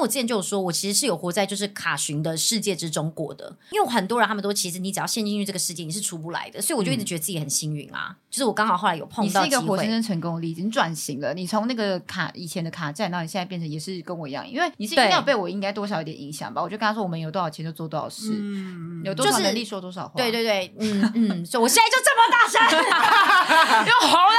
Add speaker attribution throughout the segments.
Speaker 1: 我之前就有说，我其实是有活在就是卡寻的世界之中过的，因为很多人他们都其实你只要陷进去这个世界，你是出不来的，所以我就一直觉得自己很幸运啊，就是我刚好后来有碰
Speaker 2: 嗯你
Speaker 1: 到
Speaker 2: 是一
Speaker 1: 机
Speaker 2: 个活生
Speaker 1: 会。
Speaker 2: 生成功的例子，你转型了，你从那个卡以前的卡债，然后你现在变成也是跟我一样，因为你是一定
Speaker 1: 对
Speaker 2: 要被我应该多少有点影响吧？我就跟他说，我们有多少钱就做多少事，
Speaker 3: 嗯，
Speaker 2: 有多少
Speaker 1: 就是
Speaker 2: 能力说多少话。
Speaker 1: 对对对，嗯嗯，所以我现在就这么大 声，又红了。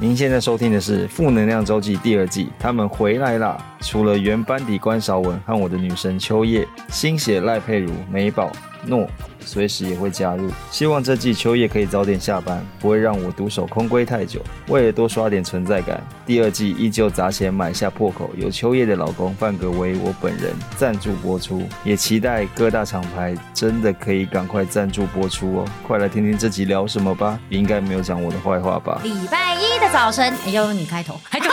Speaker 4: 您现在收听的是《负能量周记》第二季，他们回来啦！除了原班底关韶文和我的女神秋叶，新血赖佩如、美宝、诺，随时也会加入。希望这季秋叶可以早点下班，不会让我独守空闺太久。为了多刷点存在感，第二季依旧砸钱买下破口，由秋叶的老公范格为我本人赞助播出，也期待各大厂牌真的可以赶快赞助播出哦！快来听听这集聊什么吧，应该没有讲我的坏话吧？
Speaker 1: 礼拜一的早晨，哎要不你开头，还对，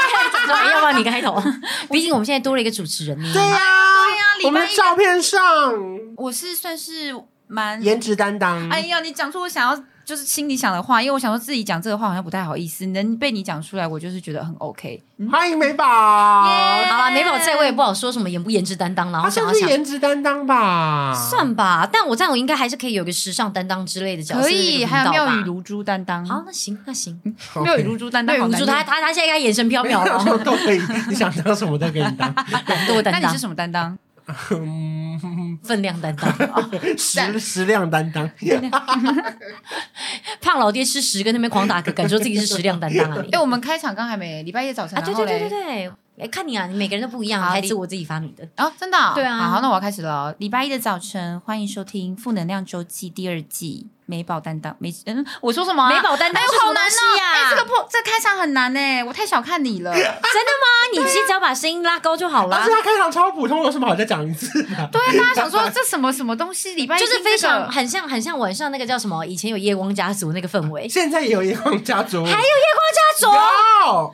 Speaker 1: 要不要你开头？毕竟我们现在多了一个主持人呢。
Speaker 3: 对呀、
Speaker 2: 礼拜一
Speaker 3: 我们的照片上
Speaker 2: 我是算是蛮
Speaker 3: 颜值担当，
Speaker 2: 哎呀，你讲出我想要就是心里想的话，因为我想说自己讲这个话好像不太好意思，能被你讲出来，我就是觉得很 OK。
Speaker 3: 欢迎美宝，
Speaker 1: 好啦，美宝在我也不好说什么颜不颜值担当啦，
Speaker 3: 她
Speaker 1: 我
Speaker 3: 算
Speaker 1: 想
Speaker 3: 是
Speaker 1: 想。
Speaker 3: 颜值担当吧？
Speaker 1: 算吧，但我这样我应该还是可以有个时尚担当之类的角色。
Speaker 2: 可以，还有妙语
Speaker 1: 如。
Speaker 2: 如珠担当，
Speaker 1: 好，那行，那行，
Speaker 2: 啊妙语如珠担
Speaker 1: 妙
Speaker 2: 当，
Speaker 1: 语如珠，他
Speaker 2: 担当。
Speaker 1: 他他现在应该眼神飘渺
Speaker 3: 什么
Speaker 1: 了，
Speaker 3: 都可以，哦 你想当什么都可以当，
Speaker 1: 懒 惰担
Speaker 2: 那你
Speaker 1: 当
Speaker 2: 是，什么担当？
Speaker 3: 嗯
Speaker 1: 分量担当。哦
Speaker 3: 食食量担当，
Speaker 1: 胖老爹吃十根那边狂打嗝，敢说自己是食量担当 啊你
Speaker 2: 哎，？我们开场刚还没，礼拜一早晨，
Speaker 1: 啊，对
Speaker 2: 然后
Speaker 1: 对
Speaker 2: 嘞
Speaker 1: 对对对，哎，看你啊，你每个人都不一样，
Speaker 2: 好
Speaker 1: 台
Speaker 2: 你
Speaker 1: 词我自己发 明的。
Speaker 2: 哦，真的哦、
Speaker 1: 对啊
Speaker 2: 好，好那我要开始了哦。礼拜一的早晨，欢迎收听《负能量周记》第二季。美宝担当，美嗯，我说什么、啊？
Speaker 1: 美宝担当
Speaker 2: 哎
Speaker 1: 是什
Speaker 2: 好
Speaker 1: 么
Speaker 2: 难
Speaker 1: 东
Speaker 2: 哦
Speaker 1: 西！
Speaker 2: 哎、
Speaker 1: 呀
Speaker 2: 这个破，这个开场很难哎，我太小看 你了。
Speaker 1: 真的吗？你其实只要把声 音拉高就好
Speaker 3: 但
Speaker 1: 啦
Speaker 3: 是，他开场超普通，有什么好再讲一次的？
Speaker 2: 对啊，大家想说这什么什么东西？礼拜一
Speaker 1: 就是
Speaker 2: 听这
Speaker 1: 非
Speaker 2: 个
Speaker 1: 常很像很像晚上那个叫什么？以前有夜光家族那个氛 围。
Speaker 3: 现在也有夜光家族，还
Speaker 1: 夜光家族，
Speaker 3: 有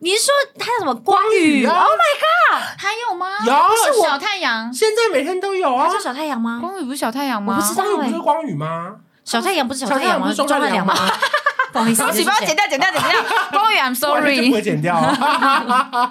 Speaker 1: 你是说他叫什么？光宇
Speaker 3: 有
Speaker 1: 哦，
Speaker 2: 还有吗？
Speaker 3: 有
Speaker 2: 不是
Speaker 3: 我
Speaker 2: 小太阳，
Speaker 3: 现在每天都有啊
Speaker 1: 他。叫小太阳吗？
Speaker 2: 光宇不是小太阳吗？
Speaker 1: 我不知道
Speaker 3: 光宇不
Speaker 1: 哎
Speaker 3: 是光宇吗？
Speaker 1: 小太阳不是小
Speaker 3: 小
Speaker 1: 太阳
Speaker 3: 太阳不
Speaker 1: 吗？
Speaker 3: 是钟汉良
Speaker 1: 吗？ 不好意思，
Speaker 2: 恭喜，不要剪
Speaker 1: 掉。
Speaker 2: 掉，剪掉，剪掉。 光宇，I'm
Speaker 3: 哇这就
Speaker 2: sorry
Speaker 3: 不。会剪掉啊。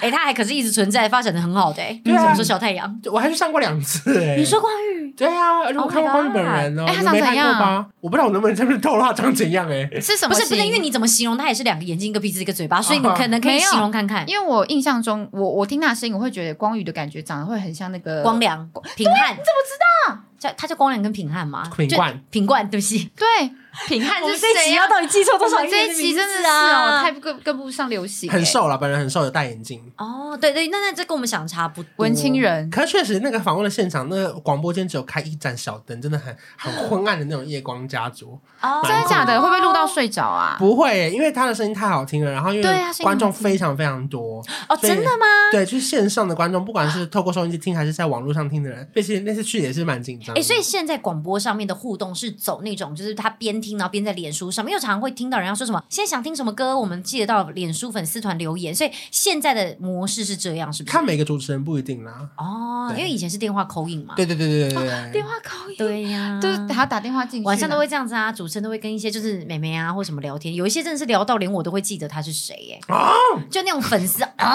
Speaker 1: 哎，他还可是一直存在，发展的很好的。哎，
Speaker 3: 对啊
Speaker 1: 怎么说小太阳？
Speaker 3: 我还去上过两次哎。
Speaker 1: 你说光宇？
Speaker 3: 对啊，而且我
Speaker 1: Oh my
Speaker 3: 看过光宇本人哦，
Speaker 2: God 哎他
Speaker 3: 你
Speaker 2: 长
Speaker 3: 没看
Speaker 2: 怎
Speaker 3: 过
Speaker 2: 样
Speaker 3: 吧？我不知道我能不能在这边透露他长怎样 哎。
Speaker 2: 是什
Speaker 1: 不
Speaker 2: 么
Speaker 1: 是
Speaker 2: 型？
Speaker 1: 不是，因为你怎么哦形容他也是两个眼睛一个鼻子一个嘴巴，所以你可能可以
Speaker 2: 没有
Speaker 1: 形容看看。
Speaker 2: 因为我印象中，我我听他的声音，我会觉得光宇的感觉长得会很像那个
Speaker 1: 光良、品呃啊汉，你怎么知道？叫他叫光良跟品汉吗？
Speaker 3: 品冠
Speaker 1: 就，品冠，对不起，
Speaker 2: 对品 汉
Speaker 1: 我
Speaker 2: 是
Speaker 1: 们这一集
Speaker 2: 谁啊
Speaker 1: 要？到底记错多
Speaker 2: 我
Speaker 1: 少
Speaker 2: 们
Speaker 1: 艺
Speaker 2: 这
Speaker 1: 人
Speaker 2: 一
Speaker 1: 名字啊？
Speaker 2: 集真的是哦，太不跟跟不上流行、欸
Speaker 3: 很。瘦了，本人很瘦，有戴眼镜。
Speaker 1: 哦，对对，那那这跟我们想差不多。
Speaker 2: 文青，人，
Speaker 3: 可是确实，那个访问的现场，那个广播间只有开一盏小灯，真的很很昏暗的那种夜光家族。
Speaker 1: 哦
Speaker 2: 真的假的？会不会录到？睡着啊？
Speaker 3: 不会耶，因为他的声音太好听了，然后因
Speaker 2: 对啊
Speaker 3: 为
Speaker 2: 声音啊
Speaker 3: 观众非常非常多，
Speaker 1: 哦，
Speaker 3: 所以
Speaker 1: 真的吗？
Speaker 3: 对，去线上的观众，不管是透过收音机听还是在网络上听的人，那些那次去也是蛮紧张
Speaker 1: 哎、
Speaker 3: 的。
Speaker 1: 所以现在广播上面的互动是走那种，就是他边听然后边在脸书上面，又常常会听到人家说什么现在想听什么歌，我们记得到脸书粉丝团留言。所以现在的模式是这样，是不是
Speaker 3: 看？每个主持人不一定
Speaker 2: 啊
Speaker 3: 啦。
Speaker 1: 哦，因为以前是电话口音嘛。
Speaker 3: 对对对对对对对
Speaker 2: 电。话口音，
Speaker 1: 对呀、
Speaker 2: 啊就是还要打电话进去，
Speaker 1: 啊晚上都。会这样子啊，主持人都会跟一些就是妹妹啊或什么聊天，有一些真的是聊到连我都会记得他是谁耶、
Speaker 3: 啊！
Speaker 1: 就那种粉丝 啊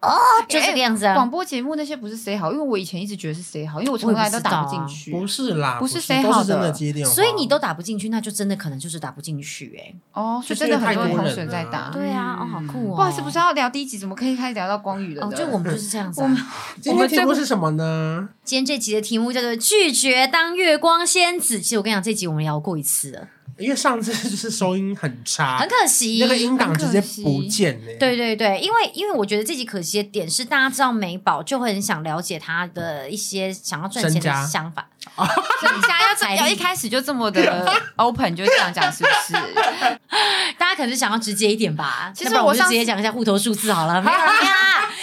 Speaker 1: 哦，就是这个样子啊。
Speaker 2: 哎广播节目那些不是 say 好，因为我以前一直觉得是 say 好，因为我从来都
Speaker 1: 啊
Speaker 2: 打不进去。
Speaker 3: 不是啦，
Speaker 2: 不
Speaker 3: 不
Speaker 2: 是谁
Speaker 3: 谁都
Speaker 2: 好
Speaker 3: 是真
Speaker 2: 的
Speaker 3: 的接电话，
Speaker 1: 所以你都打不进去，那就真的可能就是打不进去哎、
Speaker 2: 哦，所
Speaker 3: 就
Speaker 2: 以真
Speaker 3: 是因为
Speaker 2: 的
Speaker 3: 太
Speaker 2: 很
Speaker 3: 多
Speaker 2: 多
Speaker 3: 人
Speaker 2: 同学在打
Speaker 3: 了。
Speaker 1: 对啊，哦，好酷哦！
Speaker 2: 哎不好意思，不是要聊第一集，怎么可以开始聊到光宇了
Speaker 1: 哦，
Speaker 2: 呢？
Speaker 1: 就 我们就是这样子、啊。
Speaker 3: 今天题目是什么呢？
Speaker 1: 今天这集的题目叫做“拒绝当月光仙子”。其实我跟你讲，这集我们聊过一次了，
Speaker 3: 因为上次就是收音很差，
Speaker 1: 很可惜。
Speaker 3: 那个音档直接不见欸呢、
Speaker 1: 对对对，因为因为我觉得这集可惜的点是，大家知道美宝就会很想了解她的一些想要赚钱
Speaker 3: 身
Speaker 1: 的
Speaker 3: 家
Speaker 1: 想法。
Speaker 2: 所以 你想要这要一开始就这么的 open，就这样讲是不 是？
Speaker 1: 大家可能是想要直接一点吧。
Speaker 2: 其实
Speaker 1: 要不然
Speaker 2: 我
Speaker 1: 我就
Speaker 2: 上
Speaker 1: 直接讲一下户头数字好了。没有 啦，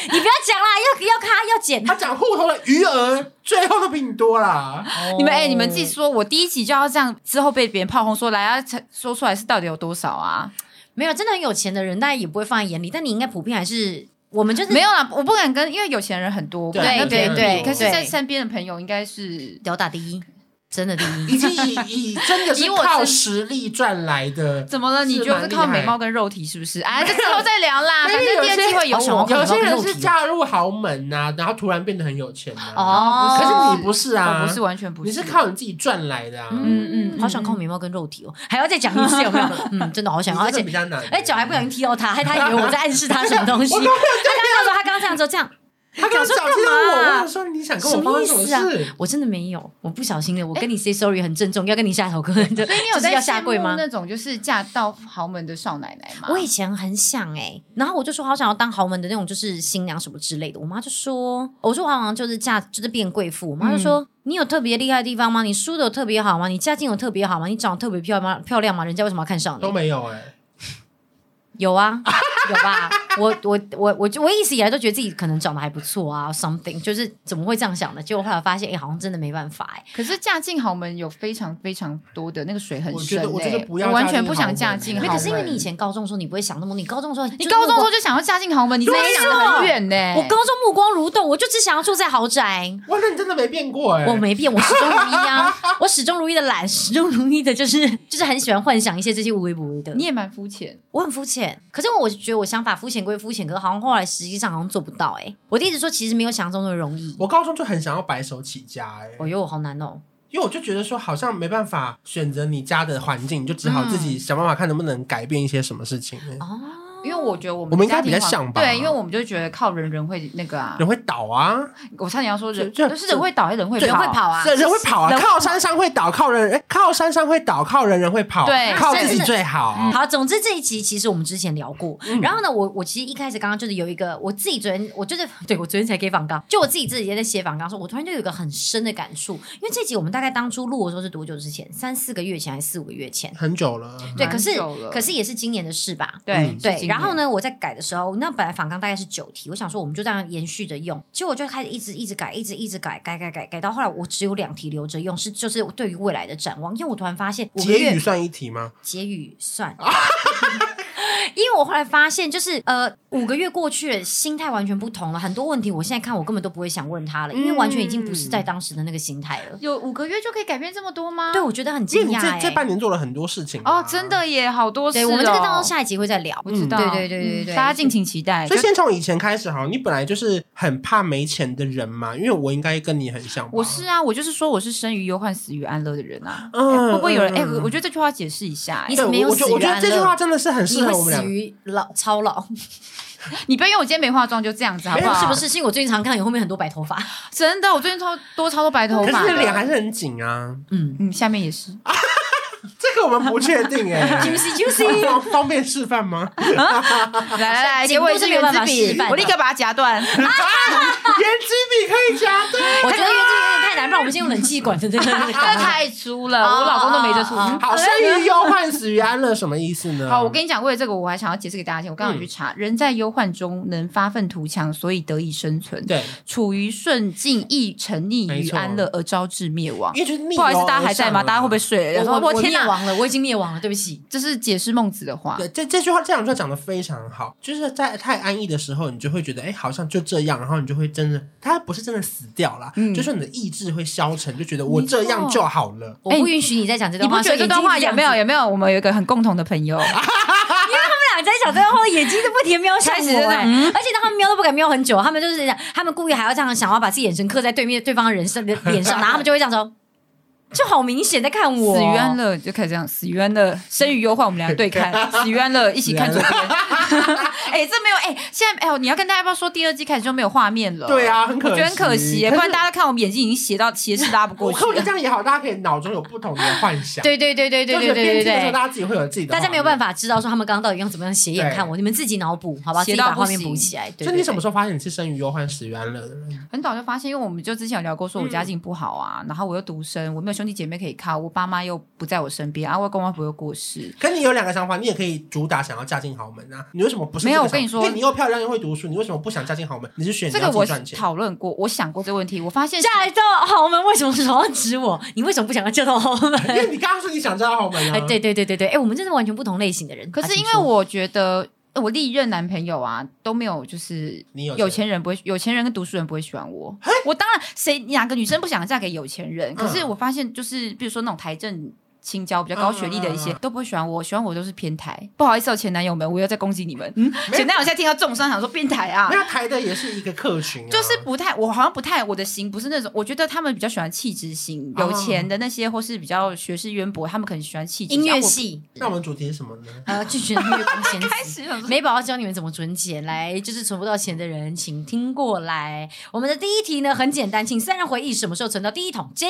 Speaker 1: 你不要讲啦，要要卡要剪。
Speaker 3: 他讲户头的余额最后都比你多 啦。
Speaker 2: 你们哎、
Speaker 1: 哦
Speaker 2: 你们自己说，我第一集就要这样，之后被别人炮轰说来啊，才说出来是到底有多少啊？
Speaker 1: 没有，真的很有钱的人，大家也不会放在眼里。但你应该普遍还是我们就是
Speaker 2: 没有啦，我不敢跟，因为有钱人很多，我不敢
Speaker 3: 对
Speaker 2: 跟别人
Speaker 3: 对
Speaker 2: 比。
Speaker 3: 对
Speaker 2: 可是，在
Speaker 1: 对
Speaker 2: 身边的朋友应该是
Speaker 1: 屌打第一。真的第
Speaker 3: 已
Speaker 1: 一。
Speaker 3: 经以以真的是
Speaker 2: 以我
Speaker 3: 靠
Speaker 2: 真
Speaker 3: 实力赚来的。
Speaker 2: 怎么了？你
Speaker 3: 是
Speaker 2: 觉得
Speaker 3: 蛮
Speaker 2: 是
Speaker 3: 厉
Speaker 2: 靠美
Speaker 3: 害
Speaker 2: 貌跟肉体是不是？哎，这之后再聊 啦，反
Speaker 3: 但是
Speaker 2: 正第二
Speaker 3: 有些
Speaker 2: 机会有
Speaker 1: 好想要
Speaker 2: 我。
Speaker 1: 看
Speaker 3: 有
Speaker 1: 到
Speaker 3: 些人
Speaker 1: 肉体
Speaker 3: 是
Speaker 1: 哦
Speaker 3: 嫁入豪门呐、然后突然变得很有钱、啊、
Speaker 1: 哦，
Speaker 3: 可是你
Speaker 1: 你
Speaker 3: 不是啊，
Speaker 1: 哦
Speaker 2: 哦我不是，完全不
Speaker 3: 你
Speaker 2: 是，
Speaker 3: 是靠你自己赚来的啊。
Speaker 2: 嗯嗯，
Speaker 1: 好想靠
Speaker 2: 嗯
Speaker 1: 眉毛跟肉体哦，还要再讲一次有没有？嗯，真的好想要，
Speaker 3: 你
Speaker 1: 而
Speaker 3: 这个
Speaker 1: 且
Speaker 3: 比较难。
Speaker 1: 哎，脚还不小心踢到他， 害他以为我在暗示他什么东西。
Speaker 3: 我
Speaker 1: 他
Speaker 3: 刚
Speaker 1: 刚这样说，他刚刚这样说，这样
Speaker 3: 他刚刚
Speaker 1: 想
Speaker 3: 找
Speaker 1: 说干
Speaker 3: 见
Speaker 1: 嘛
Speaker 3: 我，我想说你想跟我发生什么
Speaker 1: 什么啊
Speaker 3: 事？
Speaker 1: 我真的没有，我不小心的，我跟你 say sorry 很郑重，要跟你下头哥的。
Speaker 2: 所以你
Speaker 1: 就
Speaker 2: 有
Speaker 1: 是
Speaker 2: 在
Speaker 1: 要下
Speaker 2: 羡
Speaker 1: 跪
Speaker 2: 慕
Speaker 1: 吗
Speaker 2: 那种就是嫁到豪门的少奶奶 吗？
Speaker 1: 我以前很想哎、然后我就说好想要当豪门的那种，就是新娘什么之类的。我妈就说，我说我好像就是嫁就是变贵妇。我妈就说、你有特别厉害的地方吗？你梳的有特别好吗？你嫁进有特别好吗？你长得特别漂亮吗？漂亮吗？人家为什么要看上
Speaker 3: 都
Speaker 1: 你？
Speaker 3: 没有哎、
Speaker 1: 有啊，有吧？ 我我我我就我一直以来都觉得自己可能长得还不错啊，something 就是怎么会这样想的？结果后来发现，哎、好像真的没办法哎、
Speaker 2: 可是嫁进豪门有非常非常多的那个水很
Speaker 3: 我觉
Speaker 2: 深、
Speaker 3: 得
Speaker 2: 欸，
Speaker 3: 我觉得不要
Speaker 2: 我完全
Speaker 3: 嫁进
Speaker 2: 不
Speaker 3: 豪
Speaker 2: 想
Speaker 3: 门
Speaker 2: 嫁
Speaker 3: 欸
Speaker 2: 进
Speaker 3: 没
Speaker 2: 豪
Speaker 1: 没
Speaker 2: 门。
Speaker 1: 有，哎可是因为你以前高中的时候你不会想那么多，你高中的时候
Speaker 2: 你
Speaker 1: 就
Speaker 2: 高中的时
Speaker 1: 目
Speaker 2: 候就想要嫁进豪门，你自
Speaker 3: 啊
Speaker 2: 己想的很远呢、
Speaker 1: 光我高中目光如豆，我就只想要住在豪宅。
Speaker 3: 哇，那你真的没变过哎、
Speaker 1: 我没变，我始终如一啊，我始终如一的懒，始终如一的就是就是很喜欢幻想一些这些无微不微的。
Speaker 2: 你也蛮肤浅，
Speaker 1: 我很肤浅，可是我觉得我想法肤浅归肤浅，可是好像后来实际上好像做不到哎、我的意思说，其实没有想象中的容易。
Speaker 3: 我高中就很想要白手起家哎、
Speaker 1: 我觉得我好难哦、
Speaker 3: 因为我就觉得说好像没办法选择你家的环境，你就只好自
Speaker 2: 嗯
Speaker 3: 己想办法看能不能改变一些什么事情、欸。
Speaker 1: 哦，
Speaker 2: 因为我觉得我们
Speaker 3: 我们应该
Speaker 2: 家庭
Speaker 3: 比较
Speaker 2: 环
Speaker 3: 像吧
Speaker 2: 对，因为我们就觉得靠人人会那个啊
Speaker 3: 人，会倒啊，
Speaker 2: 我差点要说人，
Speaker 3: 这
Speaker 2: 就是人会倒，还是人会
Speaker 3: 这
Speaker 1: 人会
Speaker 2: 跑。
Speaker 1: 跑啊，
Speaker 3: 人人会跑啊，
Speaker 2: 人
Speaker 3: 靠山上会倒，靠人哎，靠山上会倒，靠人人会跑，
Speaker 2: 对
Speaker 3: 靠自
Speaker 1: 真
Speaker 3: 己
Speaker 1: 的
Speaker 3: 最
Speaker 2: 嗯
Speaker 3: 好。
Speaker 1: 好，总之这一集其实我们之前聊过，然后呢，我我其实一开始刚刚就是有一个我自己昨天，我就是 对我昨天才给访纲，就我自己自己在写访纲的时候，我突然就有一个很深的感触，因为这集我们大概当初录的时候是多久之前？三四个月前还是四五个月前？
Speaker 3: 很久了，
Speaker 1: 对，
Speaker 2: 蛮
Speaker 1: 可是
Speaker 2: 久了
Speaker 1: 可是也是今年的事吧。
Speaker 2: 对
Speaker 3: 嗯
Speaker 1: 对，然后？呢，我在改的时候，那本来访纲大概是九题，我想说我们就这样延续着用，结果我就开始一直一直改，一直一直改，改改改改到后来我只有两题留着用，是就是对于未来的展望，因为我突然发现五个月
Speaker 3: 结语算一题吗？
Speaker 1: 结语算。因为我后来发现，就是呃，五个月过去了，心态完全不同了。很多问题，我现在看我根本都不会想问他了，因为完全已经不是在当时的那个心态了。
Speaker 2: 有五个月就可以改变这么多吗？
Speaker 1: 对，我觉得很
Speaker 3: 因为
Speaker 1: 惊
Speaker 3: 你
Speaker 1: 讶、
Speaker 3: 这
Speaker 1: 欸。
Speaker 3: 这半年做了很多事情啊
Speaker 2: 哦，真。的耶，好多事、哦。
Speaker 1: 对，我们这个到下一集会再聊。
Speaker 2: 我知道，嗯
Speaker 1: 对对对对对
Speaker 2: 大家敬请期待。
Speaker 3: 嗯所以
Speaker 2: 就
Speaker 3: 先从以前开始好，你本来就是很怕没钱的人嘛，因为我应该跟你很像吧。
Speaker 2: 我是啊，我就是说我是生于忧患，死于安乐的人啊。
Speaker 3: 嗯，嗯，
Speaker 2: 会不会有人？哎、
Speaker 3: 嗯
Speaker 2: 我觉得这句话解释一下、哎
Speaker 1: 你
Speaker 3: 对
Speaker 1: 没有
Speaker 3: 我我觉得我
Speaker 1: 死于
Speaker 3: 觉
Speaker 1: 安乐
Speaker 3: 得这句话真的是很
Speaker 1: 你
Speaker 3: 适
Speaker 1: 会
Speaker 3: 合我们
Speaker 1: 死
Speaker 3: 俩。
Speaker 1: 于老超老，
Speaker 2: 哎你不要因为我今天没化妆就这样子，好不
Speaker 3: 没有
Speaker 2: 好？
Speaker 1: 是不？是？是因为我最近常看你后面很多白头发。
Speaker 2: 真的，我最近超多超多白头
Speaker 3: 可
Speaker 2: 发的，
Speaker 3: 是脸还是很紧啊，
Speaker 1: 嗯
Speaker 2: 嗯，下面也是。
Speaker 3: 这个我们不确 定哎。
Speaker 1: ，juicy juicy。
Speaker 3: 方方便示范吗？
Speaker 2: 啊
Speaker 1: 啊
Speaker 2: 来来来，
Speaker 1: 颈
Speaker 2: 给
Speaker 1: 部
Speaker 2: 我一支
Speaker 1: 是没有
Speaker 2: 圆
Speaker 1: 办法
Speaker 2: 珠笔
Speaker 1: 示范，的
Speaker 2: 我立刻把它夹 断。
Speaker 3: 啊圆珠笔可以夹对。
Speaker 1: 我觉得因为这个有点太难，不然我们先用冷气管的这个。
Speaker 2: 这太粗了，
Speaker 1: 哦
Speaker 2: 我老公都没这粗。嗯
Speaker 1: 哦哦
Speaker 3: 好，生于忧患，死于安乐，什么意思
Speaker 1: 啊
Speaker 3: 呢？
Speaker 2: 好，我跟你讲，为了这个，我还想要解释给大家听。我刚
Speaker 1: 嗯
Speaker 2: 刚有去查，人在忧患中能发愤图强，所以得以生存。
Speaker 3: 对，
Speaker 2: 处于顺境亦沉溺
Speaker 3: 没
Speaker 2: 于
Speaker 3: 错
Speaker 2: 安乐而招致灭亡
Speaker 3: 因。为就是哦逆
Speaker 2: 不好意思
Speaker 3: 流，而
Speaker 2: 大家还在吗？
Speaker 3: 上
Speaker 2: 大家会不会
Speaker 3: 了？
Speaker 2: 睡了？
Speaker 1: 我
Speaker 2: 说
Speaker 1: 我
Speaker 2: 天
Speaker 1: 灭
Speaker 2: 哪！
Speaker 1: 亡了，我已经灭亡了，对不起。
Speaker 2: 这是解释孟子的话。
Speaker 3: 对，这这句话这两句话讲的非常好，就是在太安逸的时候，你就会觉得，哎，好像就这样，然后你就会真的，他不是真的死掉啦，
Speaker 2: 嗯哦
Speaker 3: 就是你的意志会消沉，就觉得我
Speaker 2: 没错
Speaker 3: 这样就好了。
Speaker 1: 我不允许你再讲这
Speaker 2: 你
Speaker 1: 段话，
Speaker 2: 不觉得这段话有没有
Speaker 1: 所以眼睛
Speaker 2: 有没有？我们有一个很共同的朋友，
Speaker 1: 他们俩在讲这段话，眼睛都不停地瞄向
Speaker 2: 开始
Speaker 1: 我、
Speaker 2: 就这
Speaker 1: 哎
Speaker 2: 样
Speaker 1: 而且他们瞄都不敢瞄很久，他们就是这样，他们故意还要这样，想要把自己眼神刻在对面对方的人身脸上，然后他们就会这样说，就好明显在看我，
Speaker 2: 死于安乐就可以这样，死于安乐，生于忧患，我们俩对 看，死于安乐一起看左边。 哎、这没有哎、现在哎呦，你要跟大家要不要说第二季开始就没有画面了？
Speaker 3: 对，啊，很可
Speaker 2: 我
Speaker 3: 惜，
Speaker 2: 觉得很可惜耶，不然大家看我们眼睛已经斜到斜视拉不过
Speaker 3: 我
Speaker 2: 去
Speaker 3: 可我觉得
Speaker 2: 了。
Speaker 3: 这样也好，大家可以脑中有不同的幻想。
Speaker 1: 对对对对对对对对
Speaker 3: 就是边听的时
Speaker 1: 对。
Speaker 3: 候大家自己会有自己的，
Speaker 1: 大家没有办。法知道说他们刚刚到底用怎么样斜眼看我，你们自己脑补好吧，自
Speaker 2: 斜
Speaker 1: 己
Speaker 2: 到
Speaker 1: 把
Speaker 2: 不
Speaker 1: 画面
Speaker 2: 行
Speaker 1: 补起来。对
Speaker 3: 所以你什么
Speaker 1: 对
Speaker 3: 时候发现你是生于忧患，死于安乐的人？
Speaker 2: 很早就发现，因为我们就之前有聊过，说我
Speaker 3: 嗯
Speaker 2: 家境不好啊，然后我又独生，我没有兄弟姐妹可以靠，我爸妈又不在我身边啊，我公公婆婆又过世，
Speaker 3: 可你有两个想法，你也可以主打想要嫁进豪门啊。你为什么不是这个
Speaker 2: 没有
Speaker 3: 想
Speaker 2: 我
Speaker 3: 法？
Speaker 2: 跟你说
Speaker 3: 因为你又漂亮又会读书，你为什么不想嫁进豪门？你是选
Speaker 2: 这
Speaker 3: 择
Speaker 2: 个我
Speaker 3: 赚钱？
Speaker 2: 讨论过，我想过这个问题，我发现
Speaker 1: 对，嫁到豪门为什么手要指我？你为什么不想要嫁到豪门？
Speaker 3: 因为你刚刚说你想嫁到豪门啊
Speaker 1: 哎，。对对对对对，哎，我们真的完全不同类型的人。
Speaker 2: 可是因
Speaker 1: 啊
Speaker 2: 为我觉得诶我历任男朋友啊都没有，就是
Speaker 3: 你有
Speaker 2: 有钱人不会，有钱人跟读书人不会喜欢我。我当然谁哪个女生不想嫁给有钱人？可是
Speaker 3: 嗯
Speaker 2: 我发现就是比如说那种台政。青椒比较高学历的一些、
Speaker 3: 嗯嗯嗯嗯
Speaker 2: 都不会喜欢我，喜欢我都是偏台。不好意思哦，前男友们，我又在攻击你们。嗯，
Speaker 3: 有
Speaker 2: 前男友现在听到重伤，想说变台啊
Speaker 3: 没，有台的也是一个客群、啊，
Speaker 2: 就是不太，我好像不太我的型不是那种，我觉得他们比较喜欢气质型，
Speaker 3: 哦
Speaker 2: 有钱的那些或是比较学识渊博，他们可能喜欢气质
Speaker 1: 音乐。
Speaker 2: 啊
Speaker 1: 系，
Speaker 3: 那我们主题是什么呢？
Speaker 1: 呃，拒绝音乐光
Speaker 2: 我开
Speaker 1: 先
Speaker 2: 始想说
Speaker 1: 美宝要教你们怎么存钱，来，就是存不到钱的人，请听过来。我们的第一题呢很简单，请三人回忆什么时候存到第一桶金。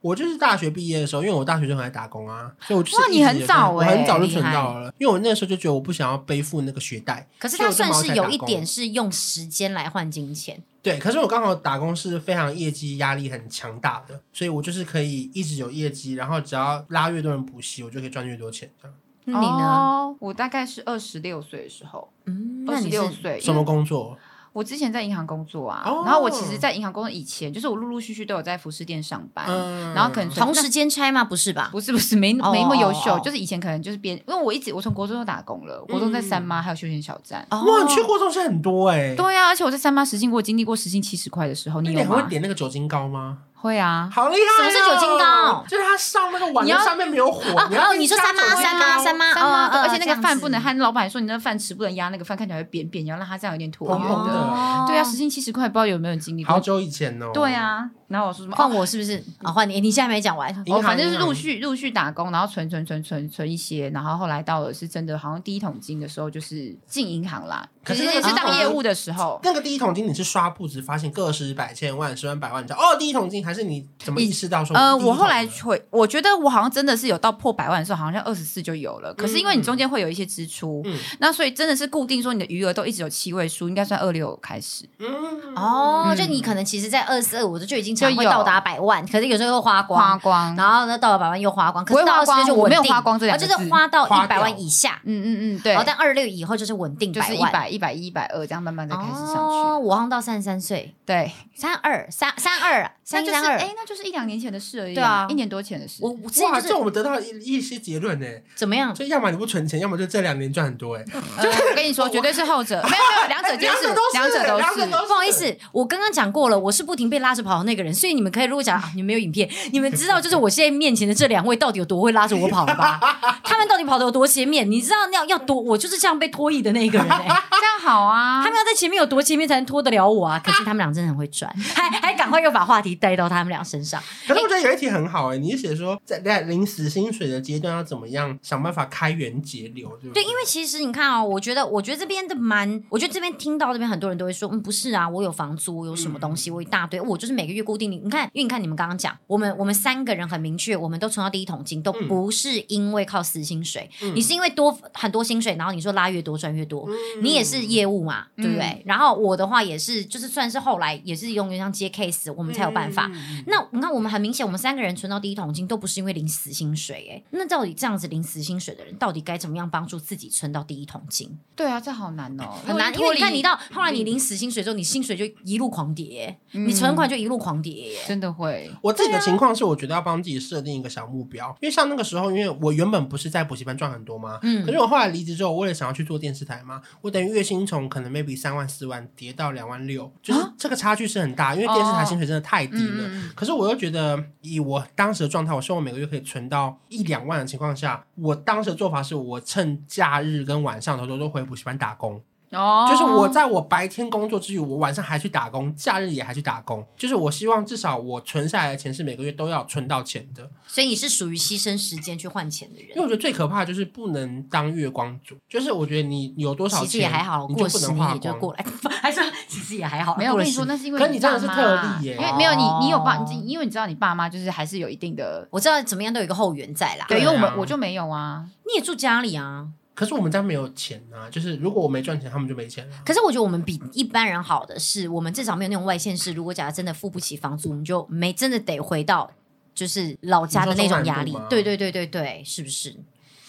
Speaker 3: 我就是大学毕业的时候，因为我大学就很爱打工啊，所以我就是
Speaker 2: 哇
Speaker 3: 一直
Speaker 2: 你很早
Speaker 3: 我
Speaker 2: 欸
Speaker 3: 很早就存到了，因为我那时候就觉得我不想要背负那个学贷，
Speaker 1: 可是
Speaker 3: 所
Speaker 1: 它
Speaker 3: 以我就
Speaker 1: 算
Speaker 3: 忙
Speaker 1: 是
Speaker 3: 着
Speaker 1: 有
Speaker 3: 打
Speaker 1: 一
Speaker 3: 工
Speaker 1: 点是用时间来换金钱，
Speaker 3: 对，可是我刚好打工是非常业绩压力很强大的，所以我就是可以一直有业绩，然后只要拉越多人补习，我就可以赚越多钱。这样
Speaker 1: 那你呢？
Speaker 2: 哦我大概是二十六岁的时候，
Speaker 1: 嗯，
Speaker 2: 二
Speaker 1: 那
Speaker 2: 十
Speaker 1: 你是
Speaker 2: 六岁，
Speaker 3: 什
Speaker 2: 因
Speaker 3: 么
Speaker 2: 为
Speaker 3: 工作？
Speaker 2: 我之前在银行工作啊，
Speaker 3: 哦
Speaker 2: 然后我其实，在银行工作以前，就是我陆陆续续都有在服饰店上班，
Speaker 3: 嗯
Speaker 2: 然后可能从
Speaker 1: 同时兼差吗？不是吧？
Speaker 2: 不是不是没
Speaker 1: 哦
Speaker 2: 没那么优
Speaker 1: 哦
Speaker 2: 秀
Speaker 1: 哦，嗯
Speaker 2: 就是以前可能就是边，因为我一直我从国中就打工了，国中在三妈还有休闲小站。
Speaker 1: 哦
Speaker 3: 嗯哇，你去过东西很多哎、欸，
Speaker 2: 对啊，而且我在三妈时薪，我有经历过时薪七十块的时候，
Speaker 3: 那
Speaker 2: 你
Speaker 3: 你
Speaker 2: 有啊
Speaker 3: 还
Speaker 2: 吗
Speaker 3: 会？点那个酒精膏吗？
Speaker 2: 会啊，
Speaker 3: 好厉
Speaker 1: 什
Speaker 3: 害、哦！
Speaker 1: 么是酒精膏
Speaker 3: 就是它上那个碗
Speaker 2: 你要
Speaker 3: 上面没有火，
Speaker 1: 哦
Speaker 3: 你要
Speaker 1: 哦，你说三妈三妈三
Speaker 3: 妈，
Speaker 1: 妈
Speaker 2: 三妈
Speaker 1: 哦
Speaker 2: 的，
Speaker 1: 哦
Speaker 2: 而且那
Speaker 1: 这样
Speaker 2: 个
Speaker 1: 子
Speaker 2: 饭不能和老板说你那个饭吃不能压那个饭，看起来会扁扁，你要让它这样有点椭
Speaker 3: 红
Speaker 2: 圆
Speaker 3: 红
Speaker 1: 哦
Speaker 2: 的。
Speaker 3: 的，
Speaker 2: 对啊，时薪七十块，不知道有没有经历
Speaker 3: 好
Speaker 2: 过？
Speaker 3: 久以前哦。
Speaker 2: 对，啊，然后我说什么？
Speaker 1: 换
Speaker 2: 哦
Speaker 1: 我是不是？啊，换你，你现在没讲完。
Speaker 3: 银行
Speaker 2: 哦，反正就是陆。
Speaker 3: 银行
Speaker 2: 续陆续打工，然后存存存存存一些，然后后来到了是真的，好像第一桶金的时候就是进银行啦，
Speaker 3: 可
Speaker 2: 就是是
Speaker 3: 那
Speaker 2: 也
Speaker 3: 个
Speaker 2: 是当
Speaker 1: 时候
Speaker 2: 业务的时候。
Speaker 3: 那个第一桶金你是刷不值，发现个十百千万十万百万，你知道哦，第一桶金还是你怎么意识到说？
Speaker 2: 呃，
Speaker 3: 第一桶
Speaker 2: 我后来
Speaker 3: 呢
Speaker 2: 会，我觉得我好像真的是有到破百万的时候，好像二十四就有了。可是因为你中间会有一些支出，
Speaker 3: 嗯
Speaker 2: 那所以真的是固定说你的余额都一直有七位数，应该算二六开始。
Speaker 3: 嗯
Speaker 1: 哦，
Speaker 2: 嗯
Speaker 1: 就你可能其实，在二四二五的就已经常会
Speaker 2: 就有
Speaker 1: 到达百万，可是有时候又花
Speaker 2: 花
Speaker 1: 光，
Speaker 2: 光。
Speaker 1: 然后呢到了百万又花光，可
Speaker 2: 我
Speaker 1: 是
Speaker 2: 也
Speaker 1: 到
Speaker 2: 嗯花
Speaker 1: 二四
Speaker 2: 光
Speaker 1: 就
Speaker 2: 我
Speaker 1: 稳
Speaker 2: 没有
Speaker 1: 定
Speaker 2: 花光这两
Speaker 1: 啊
Speaker 2: 个
Speaker 1: 就
Speaker 2: 字
Speaker 1: 是花到
Speaker 3: 花
Speaker 1: 一百
Speaker 3: 掉
Speaker 1: 万以下，
Speaker 2: 嗯嗯嗯，对
Speaker 1: 然，哦后但二六以后就是稳定
Speaker 2: 就
Speaker 1: 百
Speaker 2: 是一
Speaker 1: 万，
Speaker 2: 百一百一百二这样慢慢的开始上去。
Speaker 1: 哦，我好像到三十三岁，
Speaker 2: 对，
Speaker 1: 三二三三二三一
Speaker 2: 那
Speaker 1: 三
Speaker 2: 就是
Speaker 1: 二，
Speaker 2: 哎，那就是一两年前的事而已，
Speaker 1: 对啊
Speaker 2: 一年多前的事
Speaker 1: 我。我之前
Speaker 3: 哇，
Speaker 1: 就
Speaker 3: 这
Speaker 1: 是
Speaker 3: 我们得到一一些结论呢，
Speaker 1: 怎么样？
Speaker 3: 就要么你不存钱，要么就这两年赚很多哎，
Speaker 1: 嗯
Speaker 2: 呃我跟你说，绝对是后者， 没有没有，两者皆
Speaker 3: 两
Speaker 2: 是
Speaker 3: 者都，是，
Speaker 2: 哎两者
Speaker 3: 两
Speaker 2: 都
Speaker 3: 者
Speaker 2: 是。
Speaker 1: 不好意思，我刚刚讲过了，我是不停被拉着跑的那个人，所以你们可以如果 讲、啊、你们没有影片，你们知道就是我现在面前的这两位到底有多会拉着我跑了 吧？他们到底跑的有多前面？你知道要要多，我就是这样被拖曳的那一个人哎、
Speaker 2: 这样好啊
Speaker 1: 他。们要在前面有多前面才能拖得了我啊！可是他们俩真的很会转，还还赶快又把话题带到他们俩身上。
Speaker 3: 可是我觉得有一题很好哎、你是写说在在领死薪水的阶段要怎么样想办法开源节流，对不
Speaker 1: 对，因为其实你看哦，我觉得，我觉得这边的蛮，我觉得这边听到这边很多人都会说，嗯，不是啊，我有房租，我有什么东西，我一大堆，哦我就是每个月固定领。你看，因为你看你们刚刚讲，我们我们三个人很明确，我们都存到第一桶金，都
Speaker 3: 嗯
Speaker 1: 不是因为靠死薪水，
Speaker 3: 嗯
Speaker 1: 你是因为多很多薪水，然后你说拉越多赚越多，你也是业务嘛，对不对？然后我的话也是，就是算是后来也是用原像接 case，我
Speaker 3: 我
Speaker 1: 们才有办法。那那我们很明显，我们三个人存到第一桶金都不是因为领死薪水、欸，那到底这样子领死薪水的人，到底该怎么样帮助自己存到第一桶金？
Speaker 2: 对啊，这好难哦，
Speaker 1: 很难，因
Speaker 2: 脱
Speaker 1: 为
Speaker 2: 离
Speaker 1: 你看你到后来你领死薪水之后，你薪水就一路狂跌、欸
Speaker 2: 嗯
Speaker 1: 你存款就一路狂跌、欸
Speaker 2: 真的会，
Speaker 3: 我自己的情况是，我觉得要帮自己设定一个小目标，因为像那个时候，因为我原本不是在补习班赚很多嘛，
Speaker 1: 嗯
Speaker 3: 可是我后来离职之后，我也想要去做电视台嘛，我等于月薪从可能 maybe 三万四万跌到两万六，就是这个差距是很大，因为电视台
Speaker 2: 啊哦
Speaker 3: 薪水真的太低了。
Speaker 2: 嗯
Speaker 3: 可是我又觉得，以我当时的状态，我希望我每个月可以存到一两万的情况下，我当时的做法是我趁假日跟晚上的时候都回补习班打工，
Speaker 2: 哦，
Speaker 3: 就是我在我白天工作之余，我晚上还去打工，假日也还去打工。就是我希望至少我存下来的钱是每个月都要存到钱的，
Speaker 1: 所以你是属于牺牲时间去换钱的
Speaker 3: 因为
Speaker 1: 人。
Speaker 3: 我觉得最可怕的就是不能当月光族。就是我觉得你有多少
Speaker 1: 其
Speaker 3: 钱，
Speaker 1: 实也还好，
Speaker 3: 你
Speaker 1: 过
Speaker 3: 就不
Speaker 1: 十
Speaker 3: 能
Speaker 1: 年
Speaker 3: 花
Speaker 1: 也就
Speaker 3: 光。
Speaker 1: 过来， 还是其实也还好。
Speaker 2: 没有我
Speaker 1: 过了
Speaker 2: 跟你说，
Speaker 1: 10
Speaker 2: 那是因为
Speaker 3: 可是你真的是
Speaker 2: 爸
Speaker 3: 特
Speaker 2: 妈
Speaker 3: 例耶
Speaker 2: 因为没有
Speaker 1: 哦
Speaker 2: 你，你有爸，你因为你知道你爸妈就是还是有一定的，
Speaker 1: 我知道怎么样都有一个后援在啦。
Speaker 2: 对，
Speaker 3: 对啊
Speaker 2: 因为我们我就没有啊，
Speaker 1: 你也住家里啊，
Speaker 3: 可是我们家没有钱啊，就是如果我没赚钱，他们就没钱了。
Speaker 1: 可是我觉得我们比一般人好的是，我们至少没有那种外县市。如果假如真的付不起房租，我们就没真的得回到就是老家的那种压
Speaker 3: 你
Speaker 1: 力
Speaker 3: 说中南部吗。
Speaker 1: 对对对对对，是不是？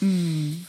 Speaker 2: 嗯，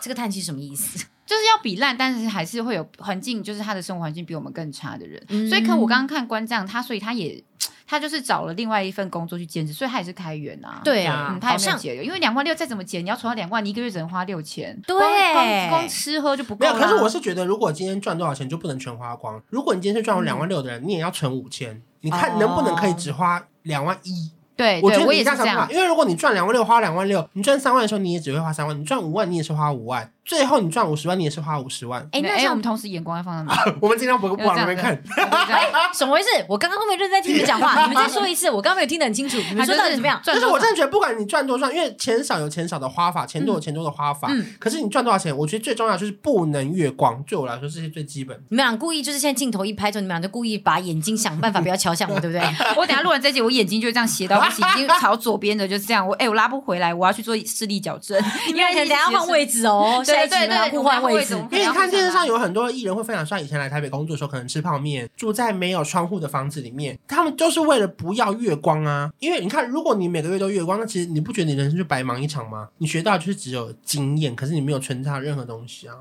Speaker 1: 这个叹气什么意思？
Speaker 2: 就是要比烂，但是还是会有环境，就是他的生活环境比我们更差的人，
Speaker 1: 嗯
Speaker 2: 所以可我刚刚看关这样，他所以他也。他就是找了另外一份工作去兼职，所以他也是开源啊。
Speaker 1: 对啊
Speaker 2: 嗯，他
Speaker 1: 好
Speaker 2: 也没有
Speaker 1: 像
Speaker 2: 节流，因为两万六再怎么节，你要存到两万，你一个月只能花六千，
Speaker 1: 对
Speaker 2: 光光光吃喝就不够
Speaker 3: 没有，
Speaker 2: 啦。
Speaker 3: 可是我是觉得，如果今天赚多少钱就不能全花光。如果你今天是赚两万
Speaker 1: 嗯
Speaker 3: 六的人，你也要存五千，你看能不能
Speaker 1: 哦
Speaker 3: 可以只花两万一？
Speaker 1: 哎
Speaker 2: 对，
Speaker 3: 我觉
Speaker 2: 对
Speaker 3: 得
Speaker 2: 我
Speaker 3: 你
Speaker 2: 也是
Speaker 3: 这样
Speaker 2: 这
Speaker 3: 想法，
Speaker 2: 样，
Speaker 3: 因为如果你赚两万六花两万六，你赚三万的时候你也只会花三万，你赚五万你也是花五万，最后你赚五十万你也是花五十万。
Speaker 1: 哎，那
Speaker 2: 哎，我
Speaker 1: 像
Speaker 2: 们同时眼光要放在哪？
Speaker 3: 我们尽量不
Speaker 2: 这
Speaker 3: 不
Speaker 2: 样
Speaker 3: 往那边看，
Speaker 1: 哎，怎么回事？我刚刚后面认真在听你们讲话，你们再说一次，我刚刚没有听得很清楚，你们说到底怎么样？
Speaker 2: 赚
Speaker 3: 但是
Speaker 2: 多
Speaker 3: 我
Speaker 2: 少
Speaker 3: 真的觉得，不管你赚多赚，因为钱少有钱少的花法，钱多有钱多的花法。
Speaker 1: 嗯
Speaker 3: 可是你赚多少钱，我觉得最重要就是不能月光。对我来说，这是最基本的。
Speaker 1: 你们俩故意就是现在镜头一拍之后，你们俩就故意把眼睛想办法不要瞧向我， 对不对？
Speaker 2: 我等一下录完这一集，我眼睛就会这样斜到不 行，已经朝左边的就是这样。我哎、我拉不回来，我要去做视力矫正，
Speaker 1: 你
Speaker 2: 因
Speaker 1: 们俩
Speaker 2: 为
Speaker 1: 可能等一下换位置哦，下
Speaker 2: 对
Speaker 1: 一集
Speaker 2: 对
Speaker 1: 你们
Speaker 2: 对
Speaker 1: 俩，互换位置
Speaker 2: 我。们
Speaker 3: 因为
Speaker 2: 要
Speaker 3: 你
Speaker 2: 互相拉
Speaker 3: 看电视上有很多艺人会分享说，他以前来台北工作的时候，可能吃泡面，住在没有窗户的房子里面，他们就是为了不要月光啊。因为你看，如果你每个月都月光，那其实你不觉得你人生就白忙一场吗？你学到就是只有经验，可是你没有存下任何东西啊。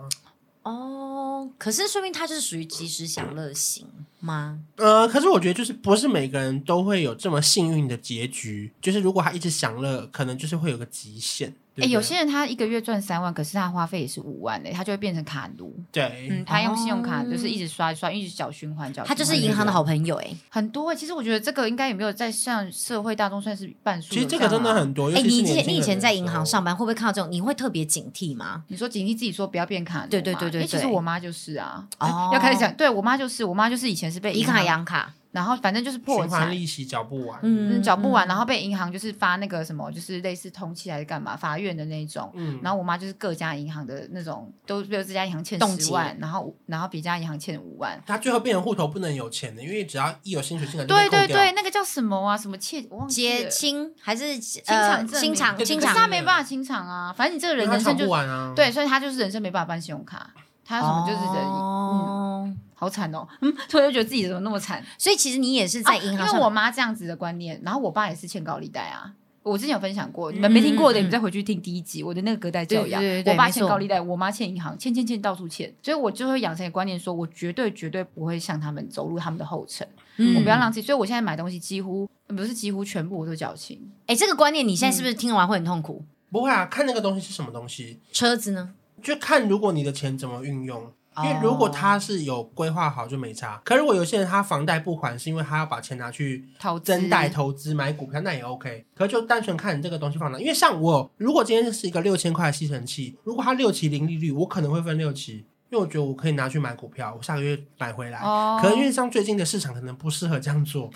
Speaker 1: 哦，可是说明他就是属于及时享乐型吗？
Speaker 3: 呃，可是我觉得就是不是每个人都会有这么幸运的结局，就是如果他一直享乐，可能就是会有个极限。对
Speaker 2: 哎、
Speaker 3: 不对
Speaker 2: 有些人他一个月赚三万，可是他花费也是五万欸嘞、他就会变成卡奴。
Speaker 3: 对，
Speaker 2: 嗯，他用信用卡
Speaker 1: 哦
Speaker 2: 就是一直刷刷，一直小循环，小循环
Speaker 1: 他就是银行的好朋友哎、
Speaker 2: 很多、欸。其实我觉得这个应该也没有在向社会大众算是半数。
Speaker 3: 其实这个真的，很多。
Speaker 1: 哎、
Speaker 3: 尤
Speaker 2: 啊
Speaker 3: 其
Speaker 1: 你
Speaker 3: 是
Speaker 1: 以前
Speaker 3: 年轻
Speaker 1: 你以
Speaker 3: 人
Speaker 1: 前
Speaker 3: 的
Speaker 1: 在
Speaker 3: 时
Speaker 1: 银
Speaker 3: 候
Speaker 1: 行上班，会不会看到这种？你会特别警惕吗？
Speaker 2: 你说警惕自己说不要变卡奴嘛。
Speaker 1: 对对对对
Speaker 2: 哎其实
Speaker 1: 对
Speaker 2: 我妈就是啊。
Speaker 1: 哦
Speaker 2: 要开始讲，对我妈就是，我妈就是以前是被
Speaker 1: 以
Speaker 2: 银
Speaker 1: 卡
Speaker 2: 行，
Speaker 1: 养卡，
Speaker 2: 然后反正就是破
Speaker 3: 循环
Speaker 2: 产，
Speaker 3: 利息缴不完，
Speaker 1: 嗯
Speaker 2: 嗯，缴不完，然
Speaker 1: 后
Speaker 2: 后被银行就是发那个什么，就是类似通缉还是干嘛，法院的那一种。
Speaker 3: 嗯
Speaker 2: 然后我妈就是各家银行的那种，都比如这家银行欠
Speaker 1: 冻
Speaker 2: 十
Speaker 1: 结
Speaker 2: 万，然后然后别家银行欠五万。
Speaker 3: 他最后变成户头不能有钱的，因为只要一有薪水进来就被
Speaker 2: 对
Speaker 3: 扣
Speaker 2: 对
Speaker 3: 掉。
Speaker 2: 对，那个叫什么啊？什么欠？我忘记
Speaker 1: 结
Speaker 2: 了。
Speaker 1: 清还是
Speaker 2: 偿
Speaker 1: 呃
Speaker 2: 证
Speaker 1: 清
Speaker 2: 明
Speaker 1: 偿
Speaker 3: 对对
Speaker 1: 清
Speaker 2: 可是
Speaker 3: 对
Speaker 1: 偿
Speaker 3: 对
Speaker 2: 他没办法清偿啊，反正你这个人
Speaker 3: 因为
Speaker 2: 人
Speaker 3: 他
Speaker 2: 生
Speaker 3: 偿
Speaker 2: 就
Speaker 3: 不完啊。
Speaker 2: 对，所以他就是人生没办法办信用卡，他什么就是人，嗯，
Speaker 1: 哦
Speaker 2: 好惨哦，嗯，突然就觉得自己怎么那么惨，
Speaker 1: 所以其实你也是在银
Speaker 2: 啊
Speaker 1: 行
Speaker 2: 因
Speaker 1: 上
Speaker 2: 为
Speaker 1: 班，
Speaker 2: 我妈这样子的观念，然后我爸也是欠高利贷啊。我之前有分享过，你们没听过的，
Speaker 1: 嗯嗯
Speaker 2: 你们再回去听第一集我的那个隔代教养
Speaker 1: 对对对对。
Speaker 2: 我爸
Speaker 1: 没错
Speaker 2: 欠高利贷，我妈欠银行，欠欠欠到处欠，所以我就会养成一个观念，说我绝对绝对不会像他们走入他们的后尘，
Speaker 1: 嗯
Speaker 2: 我不要让自己。所以我现在买东西几乎呃不是几乎全部我都缴清，
Speaker 1: 哎、这个观念你现在是不是听完会很痛苦？
Speaker 3: 不会啊，看那个东西是什么东西，
Speaker 1: 车子呢？
Speaker 3: 就看如果你的钱怎么运用。
Speaker 2: 哦
Speaker 3: 因为如果他是有规划好就没差，可如果有些人他房贷不还，是因为他要把钱拿去
Speaker 2: 投资
Speaker 3: 增贷投资买股票，那也 OK。可就单纯看你这个东西放哪，因为像我，如果今天是一个六千块的吸尘器，如果它六期零利率，我可能会分六期，因为我觉得我可以拿去买股票，我下个月买回来。
Speaker 2: 哦
Speaker 3: 可能因为像最近的市场可能不适合这 样做，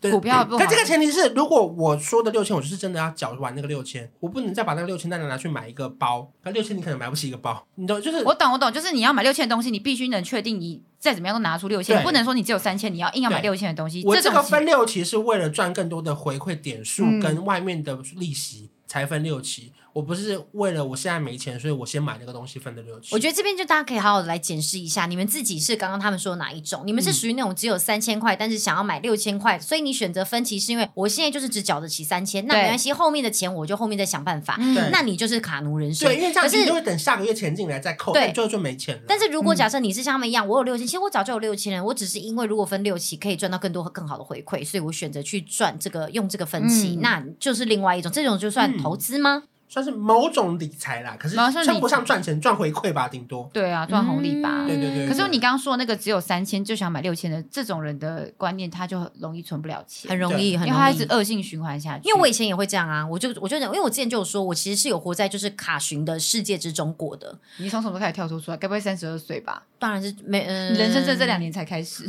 Speaker 3: 对
Speaker 2: 股票不好
Speaker 3: 但这个前提是，如果我说的六千，我就是真的要缴完那个六千，我不能再把那个六千再拿去买一个包，那六千你可能买不起一个包，你懂？就是
Speaker 2: 我懂，我懂，就是你要买六千的东西，你必须能确定你再怎么样都拿出六千，
Speaker 3: 对
Speaker 2: 你不能说你只有三千，你要硬要买
Speaker 3: 对
Speaker 2: 六千的东西。
Speaker 3: 我这
Speaker 2: 种
Speaker 3: 个
Speaker 2: 其
Speaker 3: 分六期是为了赚更多的回馈点数
Speaker 2: 嗯
Speaker 3: 跟外面的利息才分六期，我不是为了我现在没钱，所以我先买那个东西分的六期。
Speaker 1: 我觉得这边就大家可以好好的来检视一下，你们自己是刚刚他们说的哪一种？你
Speaker 3: 嗯
Speaker 1: 们是属于那种只有三千块，但是想要买六千块，所以你选择分期是因为我现在就是只缴得起三千，那
Speaker 2: 对
Speaker 1: 没关系，后面的钱我就后面再想办法。
Speaker 2: 嗯
Speaker 3: 对
Speaker 1: 那你就是卡奴人生
Speaker 3: 对，，因为这样
Speaker 1: 可
Speaker 3: 子你
Speaker 1: 是
Speaker 3: 就会嗯等下个月钱进来再扣，
Speaker 1: 对
Speaker 3: 但最后就没钱了。
Speaker 1: 但是如果假设你是像他们一样，我有六千，其实我早就有六千了，我只是因为如果分六期可以赚到更多更好的回馈，所以我选择去赚这个用这个分期，
Speaker 2: 嗯
Speaker 1: 那就是另外一种，这种就算
Speaker 3: 嗯
Speaker 1: 投资吗？
Speaker 3: 算是某种理财啦，可是
Speaker 2: 某种理财
Speaker 3: 称不上赚钱，赚回馈吧，顶多。
Speaker 2: 对啊，赚红利吧。
Speaker 1: 嗯
Speaker 3: 对对对对
Speaker 2: 可是你刚刚说那个只有三千就想买六千的这种人的观念，他就很容易存不了钱，
Speaker 1: 很容易，
Speaker 2: 因
Speaker 1: 很
Speaker 2: 为他
Speaker 1: 容
Speaker 2: 一直
Speaker 1: 易。
Speaker 2: 恶性循环下去。
Speaker 1: 因为我以前也会这样啊，我就我就因为我之前就有说，我其实是有活在就是卡寻的世界之中过的，
Speaker 2: 你从什么时候开始跳脱出啊来？该不会三十二岁吧？
Speaker 1: 当然是没嗯，
Speaker 2: 你人生这这两年才 开始，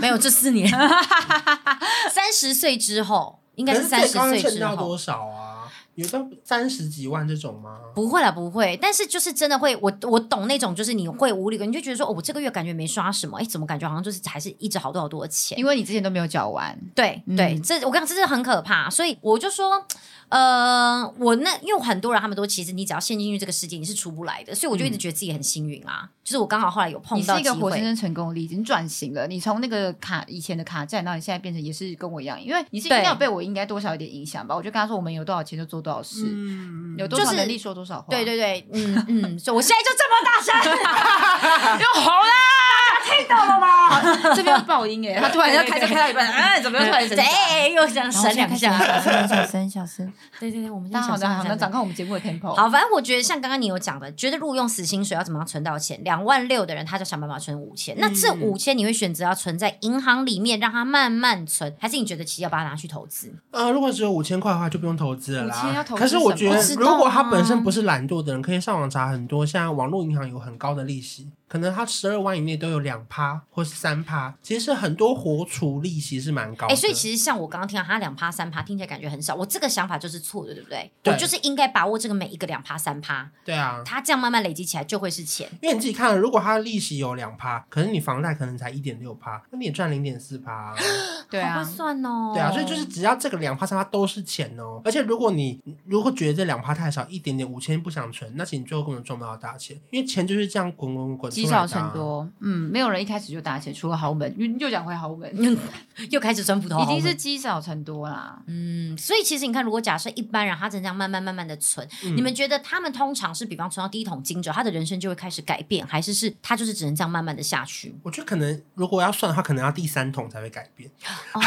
Speaker 1: 没有这四年，三十岁之后应该
Speaker 3: 可
Speaker 1: 是
Speaker 3: 是
Speaker 1: 三
Speaker 3: 最
Speaker 1: 十
Speaker 3: 高能
Speaker 1: 岁
Speaker 3: 欠
Speaker 1: 之
Speaker 3: 到
Speaker 1: 后
Speaker 3: 多少啊？有到三十几万这种吗？
Speaker 1: 不会啦，不会。但是就是真的会，我我懂那种，就是你会无理，你就觉得说，哦，我这个月感觉没刷什么，哎，怎么感觉好像就是还是一直好多好多的钱
Speaker 2: 因？为你之前都没有缴完。
Speaker 1: 对
Speaker 2: 嗯
Speaker 1: 对，这我刚这是很可怕，所以我就说。呃，我那因为很多人他们都其实你只要陷进去这个世界，你是出不来的，所以我就一直觉得自己很幸运啊。嗯就是我刚好后来有碰
Speaker 2: 你是
Speaker 1: 到
Speaker 2: 一
Speaker 1: 机
Speaker 2: 个活
Speaker 1: 会
Speaker 2: 生，生成功的例子，你转型了，你从那个卡以前的卡债，然后你现在变成也是跟我一样，因为你是一
Speaker 1: 对
Speaker 2: 定要被我应该多少有点影响吧？我就跟他说，我们有多少钱就做多少事，
Speaker 3: 嗯，
Speaker 2: 有多少
Speaker 1: 就是
Speaker 2: 能力说多少话。
Speaker 1: 对对对，嗯嗯，所以我现在就这么大声，
Speaker 2: 又红啦！
Speaker 1: 听懂了吗？
Speaker 2: 这边是爆 音哎，他突然要开车开到一半，哎，怎么又突然
Speaker 1: 对哎
Speaker 2: 神经？
Speaker 1: 又这样闪两 下。
Speaker 2: 小声小声，
Speaker 1: 对对对，我们这
Speaker 2: 大
Speaker 1: 样
Speaker 2: 家
Speaker 1: 小
Speaker 2: 好，大家
Speaker 1: 声
Speaker 2: 好，
Speaker 1: 小
Speaker 2: 能掌
Speaker 1: 声。
Speaker 2: 控我们节目的 tempo。
Speaker 1: 好，反正我觉得像刚刚你有讲的，觉得录用死薪水要怎么样存到钱？两万六的人，他就想办法存五千。那这
Speaker 3: 嗯
Speaker 1: 五千你会选择要存在银行里面，让它慢慢存，还是你觉得其实要把它拿去投资？
Speaker 3: 呃，如果只有五千块的话，就不用投资了啦。
Speaker 2: 5000要投资
Speaker 3: 可是我觉得
Speaker 1: 什，么
Speaker 3: 如果他本身不是懒惰的人，可以上网查很多，像网络银行有很高的利息，可能他十二万以内都有两趴或是三趴，其实很多活储利息是蛮高
Speaker 1: 哎、
Speaker 3: 的。
Speaker 1: 所以其实像我刚刚听到他两趴三趴，听起来感觉很少。我这个想法就是错的，对不对？
Speaker 3: 对
Speaker 1: 我就是应该把握这个每一个两趴三趴，
Speaker 3: 对啊，
Speaker 1: 它这样慢慢累积起来就会是钱。
Speaker 3: 因为你自己看，如果他利息有两趴，可是你房贷可能才一点六趴，那你也赚零点四趴。
Speaker 2: 对
Speaker 1: 好
Speaker 2: 啊
Speaker 1: 会，算哦。
Speaker 3: 对啊，所以就是只要这个两趴三趴都是钱哦。而且如果你如果觉得这两趴太少，一点点五千不想存，那其实你最后根本赚不到大钱，因为钱就是这样滚滚滚出
Speaker 2: 积
Speaker 3: 来的
Speaker 2: 少
Speaker 3: 啊
Speaker 2: 成。多，嗯，没有人一开始就打钱，除了豪门，又又讲回豪门，
Speaker 1: 嗯又开始钻葡萄好
Speaker 2: 已
Speaker 1: 了，
Speaker 2: 经是积少成多啦。
Speaker 1: 嗯，所以其实你看，如果假设一般人他真的这样慢慢慢慢的存，你们觉得他们通常是比方存到第一桶金之后，他的人生就会开始改变，还是是他就是只能这样慢慢的下去？
Speaker 3: 我觉得可能如果要算的话，可能要第三桶才会改变。
Speaker 1: 哦，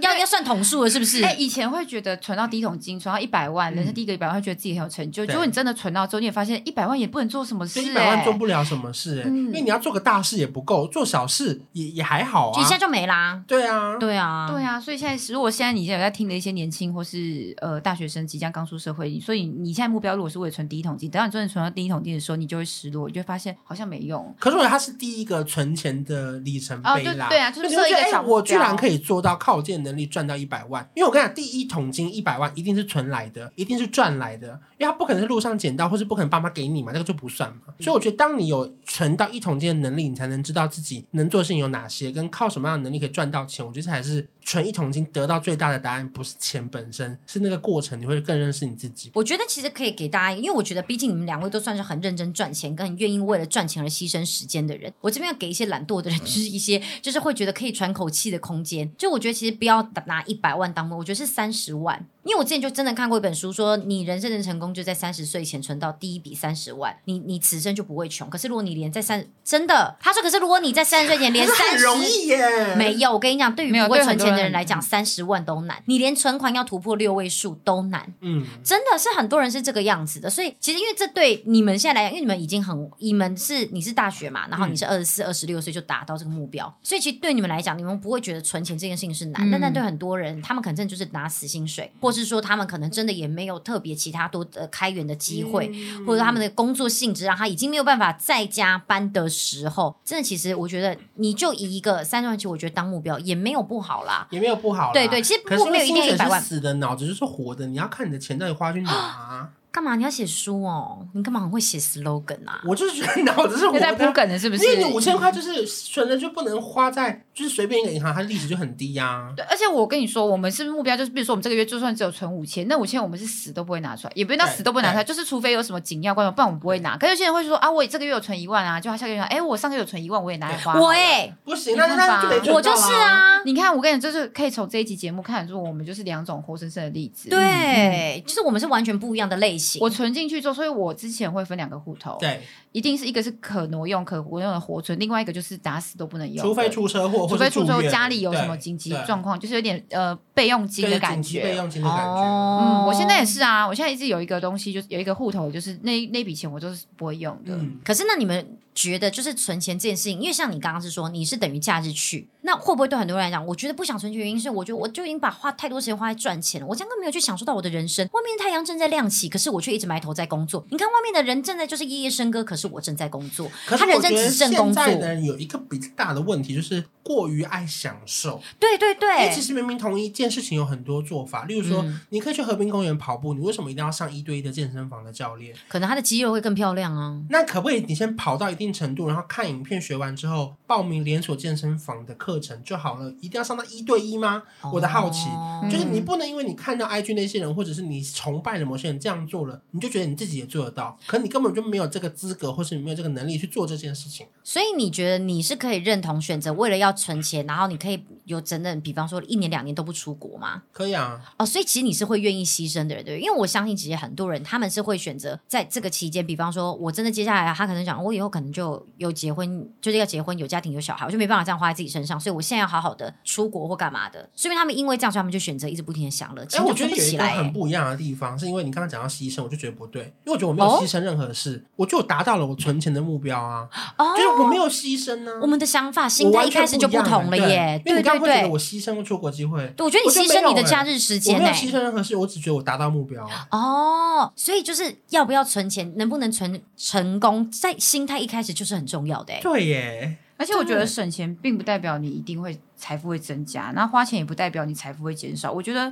Speaker 1: 要要算桶数了，是不
Speaker 3: 嗯
Speaker 1: 是？
Speaker 2: 哎、以前会觉得存到第一桶金，存到一百万，人生第一个一百万，会觉得自己很有成就。
Speaker 3: 对
Speaker 2: 结果你真的存到之后，你也发现一百万也不能做什么事、
Speaker 3: 所以
Speaker 2: 欸，
Speaker 3: 一百万做不了什么事、欸，
Speaker 2: 嗯
Speaker 3: 因为你要做个大事也不够，做小事也也还好
Speaker 1: 一
Speaker 3: 啊。
Speaker 1: 下就没啦。
Speaker 3: 对啊，
Speaker 1: 对啊，
Speaker 2: 对啊，所以现在如果现在你现在有在听的一些年轻或是呃大学生即将刚出社会，所以你现在目标如果是为了存第一桶金，等到你真的存到第一桶金的时候，你就会失落，你就会发现好像没用。
Speaker 3: 可是我觉得它是第一个存钱的里程碑啦。
Speaker 2: 哦对对啊就是
Speaker 3: 你会
Speaker 2: 设一个
Speaker 3: 觉得哎
Speaker 2: 小目标
Speaker 3: 我居然可以做到靠我自己的能力赚到一百万，因为我跟你讲，第一桶金一百万一定是存来的，一定是赚来的，因为它不可能是路上捡到，或是不可能爸妈给你嘛，那个就不算
Speaker 2: 嗯
Speaker 3: 嘛。所以我觉得，当你有存到一桶金的能力，你才能知道自己能做的事情有哪些，跟靠什么样的能力可以赚到钱。我觉得这才是存一桶金得到最大的答案，不是钱本身，是那个过程，你会更认识你自己。
Speaker 1: 我觉得其实可以给大家一个，因为我觉得毕竟你们两位都算是很认真赚钱，跟很愿意为了赚钱而牺牲时间的人。我这边要给一些懒惰的
Speaker 3: 嗯
Speaker 1: 人，就是一些就是会觉得可以喘口气的空间。就我觉得其实不要拿一百万当目，我觉得是三十万。因为我之前就真的看过一本书说，你人生的成功就在三十岁前存到第一笔三十万，你你此生就不会穷。可是如果你连在三真的，他说，可是如果你在三十岁前连三
Speaker 3: 很
Speaker 1: 十
Speaker 3: 容易耶，
Speaker 1: 没有，我跟你讲，对于
Speaker 2: 没有
Speaker 1: 不会
Speaker 2: 对
Speaker 1: 存
Speaker 2: 很多
Speaker 1: 钱的
Speaker 2: 人
Speaker 1: 人来讲，三十万都难，你连存款要突破六位数都难。
Speaker 3: 嗯，
Speaker 1: 真的是很多人是这个样子的，所以其实因为这对你们现在来讲，因为你们已经很，你们是你是大学嘛，然后你是二十四、二十六岁就达到这个目标，所以其实对你们来讲，你们不会觉得存钱这件事情是难，
Speaker 2: 嗯
Speaker 1: 但但对很多人，他们可能真的就是拿死薪水，或是说他们可能真的也没有特别其他多的开源的机会，
Speaker 3: 嗯
Speaker 1: 或者他们的工作性质让他已经没有办法再加班的时候，真的其实我觉得你就以一个三十万，其实我觉得当目标也没有不好啦。
Speaker 3: 也没有不好啦。
Speaker 1: 对对，其实
Speaker 3: 可是
Speaker 1: 目标一定要一百万
Speaker 3: 是，死的，脑子就是活的，你要看你的钱到底花去 哪、啊。
Speaker 1: 干嘛你要写书哦？你干嘛很会写 slogan 啊？
Speaker 3: 我就是觉得脑子是活
Speaker 2: 又在铺
Speaker 3: 的。
Speaker 2: 梗了，是不
Speaker 3: 因
Speaker 2: 是？
Speaker 3: 为你五千块就是存了就不能花在就是随便一个银行，它利息就很低啊呀、
Speaker 2: 对，而且我跟你说，我们是目标就是，比如说我们这个月就算只有存五千，那五千我们是死都不会拿出来，也不用到死都不会拿出来，就是除非有什么紧要关头，不然我们不会拿。可是有些人会说啊，我这个月有存一万啊，就他下个月拿，哎，我上个月有存一万，我也拿来花。
Speaker 1: 我哎、
Speaker 3: 不行，
Speaker 2: 没
Speaker 3: 那
Speaker 2: 办
Speaker 3: 那
Speaker 2: 法
Speaker 3: 就得
Speaker 1: 我就是，啊，
Speaker 2: 你看，我跟你讲就是可以从这一集节目看出，我们就是两种活生生的例子。嗯
Speaker 1: 对，就是我们是完全不一样的类型。
Speaker 2: 我存进去之后，所以我之前会分两个户头，，
Speaker 3: 对，
Speaker 2: 一定是一个是可挪用、可活用的活存，另外一个就是打死都不能用的，
Speaker 3: 除非出车祸，
Speaker 2: 除
Speaker 3: 或
Speaker 2: 非
Speaker 3: 是
Speaker 2: 出
Speaker 3: 住
Speaker 2: 之后
Speaker 3: 院
Speaker 2: 家里有什么
Speaker 3: 对
Speaker 2: 紧急
Speaker 3: 对
Speaker 2: 状况，就是有点呃备用金
Speaker 3: 对
Speaker 2: 的感
Speaker 3: 紧急备
Speaker 2: 觉。
Speaker 3: 用金的感觉。
Speaker 1: 哦
Speaker 2: 嗯，我现在也。是啊，我现在一直有一个东西，就是有一个户头，就是那那笔钱我都是不会用的。
Speaker 3: 嗯，
Speaker 1: 可是那你们觉得，就是存钱这件事情，因为像你刚刚是说你是等于假日去，那会不会对很多人来讲，我觉得不想存钱的原因是，我觉得我就已经把花太多时间花在赚钱了，我根本没有去享受到我的人生。外面的太阳正在亮起，可是我却一直埋头在工作。你看外面的人正在就是夜夜笙歌，可是我正在工作，
Speaker 3: 可是
Speaker 1: 他人
Speaker 3: 我
Speaker 1: 生
Speaker 3: 觉得
Speaker 1: 只剩工
Speaker 3: 现
Speaker 1: 作。
Speaker 3: 在的人有一个比较大的问题，就是过于爱享受。
Speaker 1: 对对
Speaker 3: 因为其
Speaker 1: 对，
Speaker 3: 实明明同一件事情有很多做法，例如说，
Speaker 1: 哎嗯
Speaker 3: 你可以去河滨公园跑步，你为什么一定要上一对一的健身房的教练？
Speaker 1: 可能他的肌肉会更漂亮啊。
Speaker 3: 那可不可以你先跑到一定程度，然后看影片学完之后，报名连锁健身房的课程就好了？一定要上到一对一吗？我的好奇
Speaker 1: 哦
Speaker 3: 就是你不能因为你看到 IG 那些人，或者是你崇拜的某些人这样做了，你就觉得你自己也做得到，可你根本就没有这个资格，或是你没有这个能力去做这件事情。
Speaker 1: 所以你觉得你是可以认同选择为了要存钱，然后你可以有整整，比方说一年两年都不出国吗？
Speaker 3: 可以啊，
Speaker 1: 哦，所以其实你是会愿意牺牲的人，对不对？因为我相信，其实很多人他们是会选择在这个期间，比方说，我真的接下来他可能想，我以后可能就有结婚，就是要结婚，有家庭，有小孩，我就没办法这样花在自己身上，所以我现在要好好的出国或干嘛的。说明他们因为这样，所以他们就选择一直不停的享乐，
Speaker 3: 哎、
Speaker 1: 钱
Speaker 3: 我
Speaker 1: 就
Speaker 3: 觉
Speaker 1: 存不
Speaker 3: 得有
Speaker 1: 起
Speaker 3: 一个
Speaker 1: 来、
Speaker 3: 很
Speaker 1: 欸。
Speaker 3: 不一样的地方，是因为你刚刚讲到牺牲，我就觉得不对，因为我觉得我没有
Speaker 1: 哦
Speaker 3: 牺牲任何事，我就有达到了我存钱的目标啊，
Speaker 1: 哦
Speaker 3: 就是我没有牺牲呢、
Speaker 1: 我们的想法、心
Speaker 3: 我
Speaker 1: 态
Speaker 3: 完
Speaker 1: 一
Speaker 3: 全
Speaker 1: 开始就
Speaker 3: 不一样欸
Speaker 1: 同了耶，
Speaker 3: 因
Speaker 1: 对
Speaker 3: 为你刚
Speaker 1: 对
Speaker 3: 刚会觉得
Speaker 1: 对。
Speaker 3: 我牺牲出国机会，
Speaker 1: 对，我觉得你
Speaker 3: 我就
Speaker 1: 牺
Speaker 3: 没
Speaker 1: 牲你
Speaker 3: 有
Speaker 1: 的
Speaker 3: 欸
Speaker 1: 假日时
Speaker 3: 我
Speaker 1: 间
Speaker 3: 没
Speaker 1: 呢、
Speaker 3: 有牺牲任何事，我只觉得我达到目标。啊
Speaker 1: 哦，所以就是要不要存钱，能不能存成功，在心态一开始就是很重要的、欸。
Speaker 3: 对耶，
Speaker 2: 而且我觉得省钱并不代表你一定会财富会增加，那花钱也不代表你财富会减少。我觉得，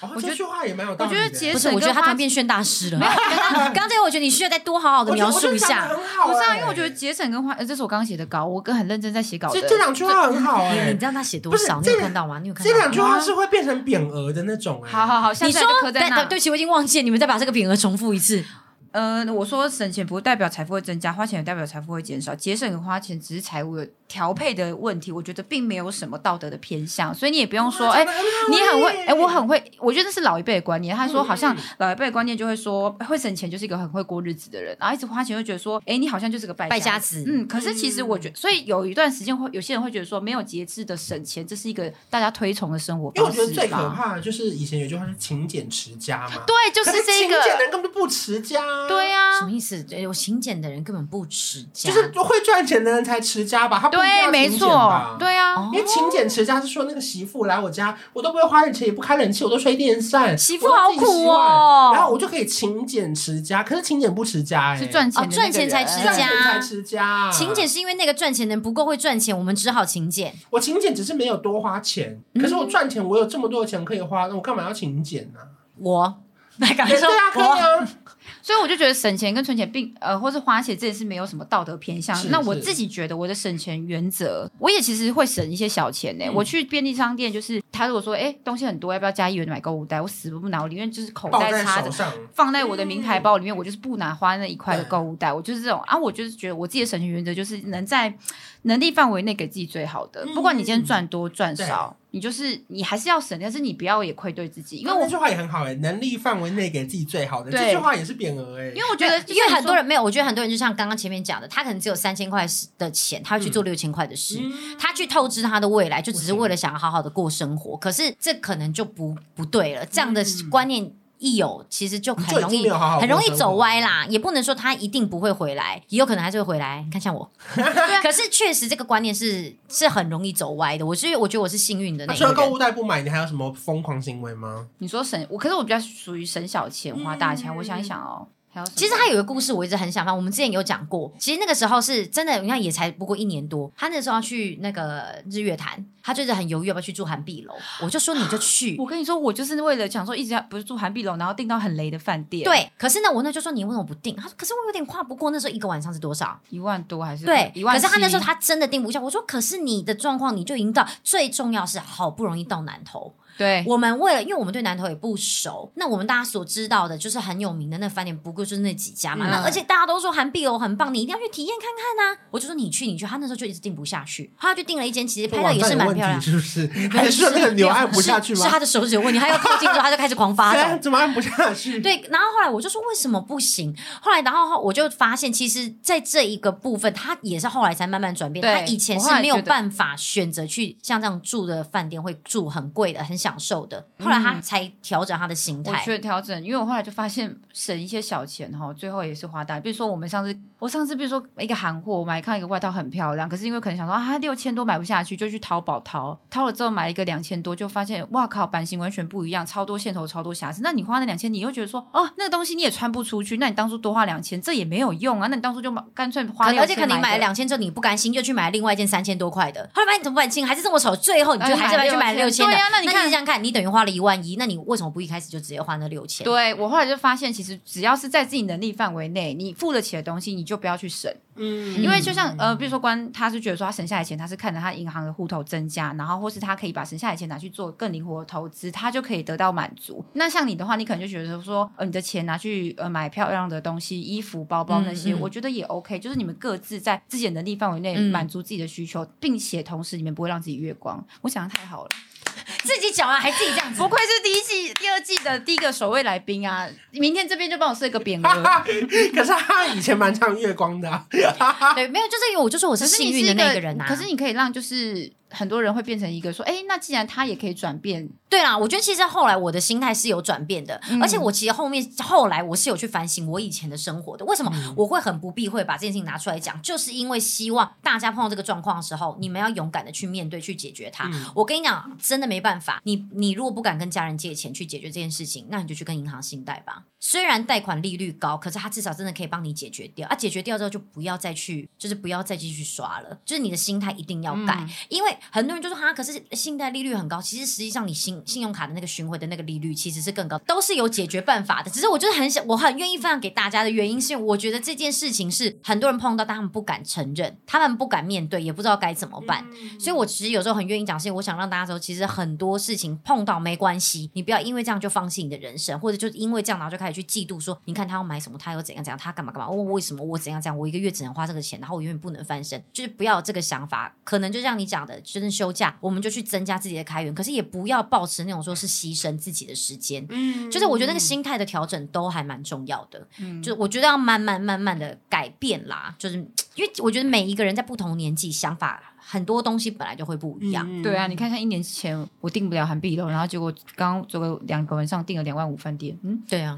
Speaker 3: 哦
Speaker 2: 我觉
Speaker 3: 这
Speaker 2: 得
Speaker 3: 句话也蛮有道
Speaker 2: 我
Speaker 3: 理
Speaker 2: 觉
Speaker 3: 的。欸
Speaker 2: 得节
Speaker 1: 不是，
Speaker 2: 省
Speaker 1: 我觉得
Speaker 2: 跟
Speaker 1: 他突
Speaker 2: 花
Speaker 1: 然变炫大师 了。没有，刚刚这个我觉得你需要再多好好的
Speaker 3: 我觉得
Speaker 1: 描述一下。，
Speaker 2: 不
Speaker 3: 不
Speaker 2: 是啊，因为我觉得节省跟花，呃，这是我刚刚写的稿，我跟很认真在写稿的
Speaker 3: 这。这两句话很好
Speaker 1: 你
Speaker 3: 哎
Speaker 1: 你，知道他写多
Speaker 3: 不是
Speaker 1: 少？你
Speaker 3: 这
Speaker 1: 有
Speaker 3: 两
Speaker 1: 看到吗？你有看
Speaker 3: 这
Speaker 1: 到
Speaker 3: 两
Speaker 1: 吗？
Speaker 3: 句话是会变成匾额的那种哎。
Speaker 2: 好，好好，下
Speaker 1: 你
Speaker 2: 次
Speaker 1: 说
Speaker 2: 就刻，在
Speaker 1: 对
Speaker 2: 那。
Speaker 1: 对，对不起，我已经忘记了，你们再把这个匾额重复一次。
Speaker 2: 呃，我说省钱不代表财富会增加，花钱也代表财富会减少，节省跟花钱只是财务的调配的问题，我觉得并没有什么道德的偏向，所以你也不用说，哎、你很
Speaker 3: 欸
Speaker 2: 会，哎、我很会，我觉得这是老一辈的观念。他说，好
Speaker 3: 嗯
Speaker 2: 像老一辈的观念就会说，会省钱就是一个很会过日子的人，然后一直花钱就觉得说，哎、你好像就是个败
Speaker 1: 败
Speaker 2: 家
Speaker 1: 家子
Speaker 2: 嗯，可是其实我觉得，所以有一段时间会有些人会觉得说，没有节制的省钱，这是一个大家推崇的生活
Speaker 3: 因
Speaker 2: 方
Speaker 3: 为我
Speaker 2: 式
Speaker 3: 觉得最可
Speaker 2: 吧？
Speaker 3: 怕的就是以前有句话是“勤俭持家”嘛，
Speaker 2: 对，就
Speaker 3: 可是
Speaker 2: 这
Speaker 3: 勤俭的
Speaker 2: 个，
Speaker 3: 人根本就不持家啊，
Speaker 2: 对呀、
Speaker 1: 什么意思？呃对我勤俭的人根本不持家。
Speaker 3: 就是会赚钱的人才持家吧，他不一定
Speaker 2: 对，
Speaker 3: 要
Speaker 2: 没
Speaker 3: 勤俭吧
Speaker 2: 错，。对啊。
Speaker 1: 哦
Speaker 3: 因为勤俭持家是说那个媳妇来我家，我都不会花点钱，也不开冷气，我都吹电扇，
Speaker 1: 媳妇
Speaker 3: 我都
Speaker 1: 好
Speaker 3: 自己洗
Speaker 1: 苦
Speaker 3: 碗
Speaker 1: 哦
Speaker 3: 然后我就可以勤俭持家，可是勤俭不持家、欸，
Speaker 2: 是赚钱
Speaker 1: 哦
Speaker 2: 的那个人、
Speaker 1: 赚钱才持
Speaker 3: 赚钱
Speaker 1: 家
Speaker 3: 才持家。
Speaker 1: 勤俭，是因为那个赚钱的人不够会赚钱，我们只好勤俭。
Speaker 3: 我勤俭只是没有多花钱，可是我赚钱，我有这么多的钱可以花，那我干嘛要勤俭呢、
Speaker 1: 我来感
Speaker 3: 对
Speaker 1: 受
Speaker 3: 啊，可以
Speaker 1: 我。
Speaker 3: 啊，
Speaker 2: 所以我就觉得省钱跟存钱并呃，或是花钱这件事没有什么道德偏向
Speaker 3: 是。
Speaker 2: 那我
Speaker 3: 是
Speaker 2: 自己觉得我的省钱原则，我也其实会省一些小钱呢、
Speaker 3: 嗯
Speaker 2: 我去便利商店，就是他如果说哎、诶东西很多，要不要加一元买购物袋？我死不拿，我宁愿就是口
Speaker 3: 抱
Speaker 2: 袋
Speaker 3: 在
Speaker 2: 插
Speaker 3: 手
Speaker 2: 着。
Speaker 3: 上。
Speaker 2: 放在我的名牌包里面，我就是不拿花那一块的
Speaker 3: 对
Speaker 2: 购物袋，我就是这种啊，我就是觉得我自己的省钱原则就是能在能力范围内给自己最好的，
Speaker 3: 嗯
Speaker 2: 不管你今天赚多赚少，你就是你还是要省，但是你不要也愧对自己，因为
Speaker 3: 那
Speaker 2: 我
Speaker 3: 句话也很好哎、能力范围内给自己最好的，
Speaker 2: 对
Speaker 3: 这句话也是匾额哎
Speaker 2: 因。为我觉得就是
Speaker 1: 因为
Speaker 2: 你
Speaker 1: 很
Speaker 2: 说
Speaker 1: 多人没有，我觉得很多人就像刚刚前面讲的，他可能只有三千块的钱，他会
Speaker 2: 嗯
Speaker 1: 去做六千块的事，他去透支他的未来，就只是为了想要好好的过生活。可是这可能就不不对了，这样的
Speaker 2: 嗯
Speaker 1: 观念一有，其实就
Speaker 3: 你
Speaker 1: 很
Speaker 3: 就已
Speaker 1: 容
Speaker 3: 经
Speaker 1: 易
Speaker 3: 没有好好
Speaker 1: 很容易
Speaker 3: 过生活
Speaker 1: 走歪啦。也不能说他一定不会回来，也有可能还是会回来。你看像 我，可是确实这个观念是是很容易走歪的。我是我觉得我是幸运的
Speaker 3: 那
Speaker 1: 那一
Speaker 3: 除了
Speaker 1: 个
Speaker 3: 购
Speaker 1: 人。
Speaker 3: 物袋不买，你还有什么疯狂行为吗？
Speaker 2: 你说省我，可是我比较属于省小钱花大钱。我想一想哦，还有什么
Speaker 1: 嗯其实他有一个故事，我一直很想放。我们之前有讲过，其实那个时候是真的，你看也才不过一年多。他那时候要去那个日月潭，他就是很犹豫要不要去住韩碧楼。我就说你就去
Speaker 2: 我，跟你说，我就是为了想说一直要不是住韩碧楼，然后订到很雷的饭店，，
Speaker 1: 对。可是呢，我那就说你为什么不定？他说可是我有点跨不过，那时候一个晚上是多少？
Speaker 2: 一万多还是
Speaker 1: 对，
Speaker 2: 一万
Speaker 1: 可
Speaker 2: 七？
Speaker 1: 是他那时候他真的定不下。我说可是你的状况，你就已经到最重要是好不容易到南头，
Speaker 2: 对
Speaker 1: 我们为了，因为我们对南投也不熟，那我们大家所知道的就是很有名的那饭店，不过就是那几家嘛。
Speaker 2: 嗯
Speaker 1: 那而且大家都说韩碧楼很棒，你一定要去体验看看呐、我就说你去，你去。他那时候就一直订不下去，他就订了一间，其实拍照也是蛮漂亮。
Speaker 3: 是不是？还是说那个钮按不下 去
Speaker 1: 是
Speaker 3: 吗？
Speaker 1: 是他的手指有问题，他要靠近之后他就开始狂发
Speaker 3: 对啊
Speaker 1: 抖。
Speaker 3: 怎么按不下去？
Speaker 1: 对，然后后来我就说为什么不行？后来，然后我就发现，其实在这一个部分，他也是后来才慢慢转变。
Speaker 2: 对
Speaker 1: 他以前
Speaker 2: 我
Speaker 1: 是
Speaker 2: 后来
Speaker 1: 没有
Speaker 2: 觉得
Speaker 1: 办法选择去像这样住的饭店，会住很贵的、很享受的。后来他才调整他的心
Speaker 2: 嗯我
Speaker 1: 态。
Speaker 2: 觉得调整，因为我后来就发现省一些小钱哈，最后也是花大。比如说我们上次，我上次比如说一个韩货，我买看一个外套很漂亮，可是因为可能想说啊六千多买不下去，就去淘宝淘，淘了之后买了一个两千多，就发现哇靠，版型完全不一样，超多线头，超多瑕疵。那你花那两千，你又觉得说哦那个东西你也穿不出去，那你当初多花两千这也没有用啊，那你当初就买干脆花
Speaker 1: 可
Speaker 2: 6000，
Speaker 1: 而且可能你买了
Speaker 2: 一个。
Speaker 1: 两千之后，你不甘心，又去买另外一件三千多块的。后来发现你怎么办？心还是这么丑，最后你就
Speaker 2: 哎
Speaker 1: 还是要去买
Speaker 2: 买
Speaker 1: 六千的。
Speaker 2: 对呀那你看
Speaker 1: 想想看，你等于花了一万一，那你为什么不一开始就直接花那六千？
Speaker 2: 对我后来就发现，其实只要是在自己能力范围内，你付得起的东西，你就不要去省。
Speaker 3: 嗯，
Speaker 2: 因为就像呃，比如说关，他是觉得说他省下来的钱，他是看着他银行的户头增加，然后或是他可以把省下来的钱拿去做更灵活的投资，他就可以得到满足。那像你的话，你可能就觉得说，呃，你的钱拿去呃买漂亮的东西、衣服、包包那些，
Speaker 1: 嗯嗯
Speaker 2: 我觉得也 OK。就是你们各自在自己的能力范围内
Speaker 1: 嗯
Speaker 2: 满足自己的需求，并且同时你们不会让自己月光。我想的太好了，
Speaker 1: 自己讲完还自己这样子，
Speaker 2: 不愧是第一季、第二季的第一个首位来宾啊！明天这边就帮我设一个匾 额。
Speaker 3: 可是他以前蛮常月光的啊、
Speaker 1: 对，没有，就是因为我就说我
Speaker 2: 可
Speaker 1: 是
Speaker 2: 是
Speaker 1: 幸
Speaker 2: 你是
Speaker 1: 运
Speaker 2: 一
Speaker 1: 的那个人啊呐、
Speaker 2: 可是你可以让就是很多人会变成一个说，哎、那既然他也可以转变，
Speaker 1: 对啦，我觉得其实后来我的心态是有转变的，而且我其实后面后来我是有去反省我以前的生活的。为什么我会很不避讳把这件事情拿出来讲？就是因为希望大家碰到这个状况的时候，你们要勇敢的去面对、去解决它。
Speaker 3: 嗯
Speaker 1: 我跟你讲，真的没办法，你你如果不敢跟家人借钱去解决这件事情，那你就去跟银行信贷吧。虽然贷款利率高，可是它至少真的可以帮你解决掉。啊，解决掉之后就不要再去，就是不要再继续刷了，就是你的心态一定要改。因为很多人就说哈，可是信贷利率很高，其实实际上你信信用卡的那个巡回的那个利率其实是更高，都是有解决办法的。只是我就是很想，我很愿意分享给大家的原因，是因为我觉得这件事情是很多人碰到，但他们不敢承认，他们不敢面对，也不知道该怎么办。所以我其实有时候很愿意讲，是因为我想让大家说，其实很多事情碰到没关系，你不要因为这样就放弃你的人生，或者就因为这样然后就开始去嫉妒说，你看他要买什么，他又怎样怎样，他干嘛干嘛，我为什么我怎样怎样，我一个月只能花这个钱，然后我永远不能翻身，就是不要有这个想法。可能就像你讲的，真正休假，我们就去增加自己的开源，可是也不要抱持那种说是牺牲自己的时间，
Speaker 3: 嗯
Speaker 1: 就是我觉得那个心态的调整都还蛮重要的，就是我觉得要慢慢慢慢的改变啦，就是因为我觉得每一个人在不同年纪想法很多东西本来就会不一样，
Speaker 2: 对啊，你看像一年前我订不了韩碧楼，然后结果刚刚昨个两个晚上订了两万五饭店，嗯，
Speaker 1: 对 啊，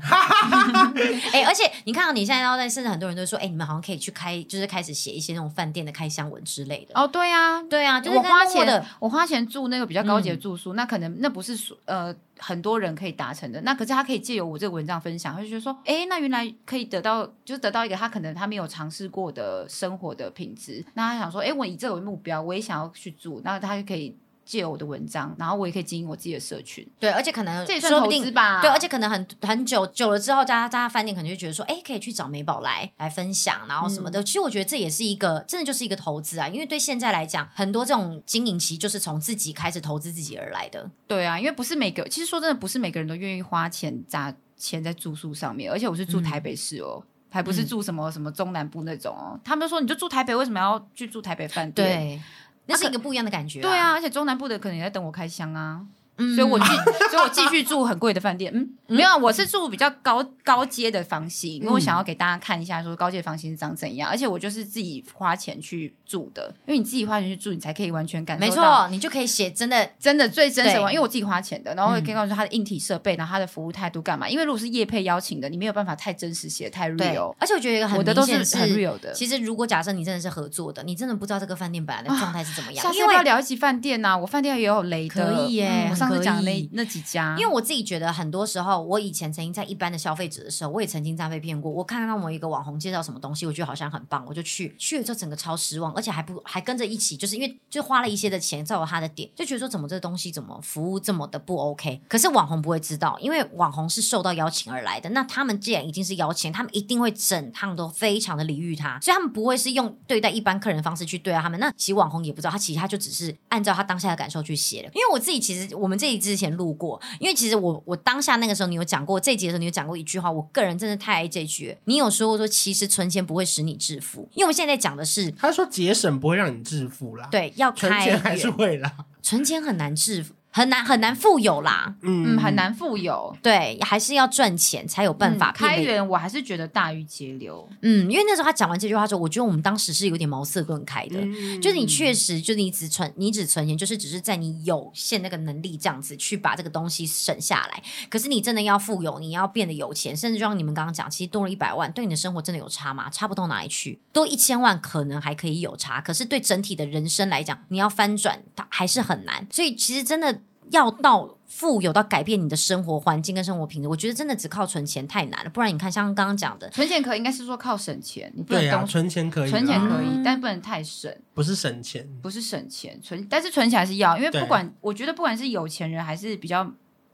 Speaker 1: 哎、而且你看到你现在要在，甚至很多人都说，哎、你们好像可以去开，就是开始写一些那种饭店的开箱文之类的。
Speaker 2: 哦，对啊。
Speaker 1: 对啊，就是
Speaker 2: 我花
Speaker 1: 在默默
Speaker 2: 钱
Speaker 1: 地，
Speaker 2: 我花钱住那个比较高
Speaker 1: 嗯
Speaker 2: 级的住宿，那可能那不是所呃很多人可以达成的。那可是他可以借由我这个文章分享，他就觉得说，哎，那原来可以得到，就是得到一个他可能他没有尝试过的生活的品质。那他想说，哎，我以这个为目标，我也想要去住，那他就可以借由我的文章，然后我也可以经营我自己的社群，
Speaker 1: 对，而且可能
Speaker 2: 这也算
Speaker 1: 说
Speaker 2: 投
Speaker 1: 不定
Speaker 2: 资吧？
Speaker 1: 对，而且可能很很久久了之后，大家大家饭店可能就觉得说，哎，可以去找美宝来来分享，然后什
Speaker 2: 嗯
Speaker 1: 么的。其实我觉得这也是一个，真的就是一个投资啊，因为对现在来讲，很多这种经营期就是从自己开始投资自己而来的。
Speaker 2: 对啊，因为不是每个，其实说真的，不是每个人都愿意花钱砸钱在住宿上面，而且我是住
Speaker 1: 嗯
Speaker 2: 台北市哦。还不是住什么、什么中南部那种哦，他们说你就住台北，为什么要去住台北饭店？
Speaker 1: 对，那是一个不一样的感觉、
Speaker 2: 对，啊，而且中南部的可能也在等我开箱啊，
Speaker 1: 嗯
Speaker 2: 所以 我继所以我继续住很贵的饭店。嗯，没有啊，我是住比较高高阶的房型，因为我
Speaker 1: 嗯
Speaker 2: 想要给大家看一下说高阶房型是长怎样，而且我就是自己花钱去住的，因为你自己花钱去住，你才可以完全感受
Speaker 1: 没
Speaker 2: 到
Speaker 1: 错，你就可以写真的
Speaker 2: 真的最真实的玩，
Speaker 1: 对嗯
Speaker 2: 因为我自己花钱的，然后也可以告诉他的硬体设备，然后他的服务态度干嘛。因为如果是业配邀请的，你没有办法太真实写得太
Speaker 1: 对
Speaker 2: real，。
Speaker 1: 而且我觉得一个很
Speaker 2: 我的
Speaker 1: 明
Speaker 2: 都
Speaker 1: 显
Speaker 2: 是很 real 的
Speaker 1: 其实如果假设你真的是合作的，你真的不知道这个饭店本来的状态是怎么样，
Speaker 2: 啊下次
Speaker 1: 因
Speaker 2: 要不要
Speaker 1: 为。
Speaker 2: 聊一集饭店啊呐、我饭店也有雷的，
Speaker 1: 可以耶
Speaker 2: 嗯我上次
Speaker 1: 很
Speaker 2: 讲的
Speaker 1: 可
Speaker 2: 那
Speaker 1: 以
Speaker 2: 那几家，
Speaker 1: 因为我自己觉得，很多时候我以前曾经在一般的消费者的时候，我也曾经这样被骗过。我看到某一个网红介绍什么东西，我觉得好像很棒，我就去去了之后整个超失望，而且还不还跟着一起，就是因为就花了一些的钱照我他的点，就觉得说怎么这东西怎么服务这么的不 OK。可是网红不会知道，因为网红是受到邀请而来的，那他们既然已经是邀请，他们一定会整趟都非常的礼遇他，所以他们不会是用对待一般客人的方式去对待他们。那其实网红也不知道，他其实他就只是按照他当下的感受去写的。因为我自己其实我们这里之前录过，因为其实我我当下那个时候你有讲过这一集的时候你有讲过一句话，我个人真的太爱这句了。你有说过说其实存钱不会使你致富，因为我们现在在讲的是
Speaker 3: 他说节省不会让你致富啦，，
Speaker 1: 对要
Speaker 3: 存
Speaker 1: 开
Speaker 3: 钱还是
Speaker 1: 源
Speaker 3: 会啦，
Speaker 1: 存钱很难致富，很难很难富有啦。
Speaker 3: 嗯
Speaker 2: 嗯很。难富有。
Speaker 1: 对，还是要赚钱才有办法、
Speaker 2: 嗯
Speaker 1: 并
Speaker 2: 开
Speaker 1: 没
Speaker 2: 源，我还是觉得大于节流。
Speaker 1: 嗯，因为那时候他讲完这句话之后，我觉得我们当时是有点茅塞顿开的。
Speaker 3: 嗯
Speaker 1: 就是你确实，就是你只存，你只存钱，就是只是在你有限那个能力这样子去把这个东西省下来。可是你真的要富有，你要变得有钱，甚至就像你们刚刚讲，其实多了一百万，对你的生活真的有差吗？差不到哪里去。多一千万可能还可以有差，可是对整体的人生来讲，你要翻转它还是很难。所以其实真的要到富有到改变你的生活环境跟生活品质，我觉得真的只靠存钱太难了。不然你看，像刚刚讲的，
Speaker 2: 存钱可以，应该是说靠省钱，你不
Speaker 3: 对
Speaker 2: 能
Speaker 3: 呀、
Speaker 2: 东
Speaker 3: 存钱可以啦，啊
Speaker 2: 存钱可
Speaker 1: 嗯
Speaker 2: 以，但不能太省，
Speaker 3: 不是省
Speaker 1: 啊
Speaker 3: 钱，
Speaker 2: 不是省钱存，但是存起来是要，因为
Speaker 3: 对
Speaker 2: 不管我觉得不管是有钱人还是比较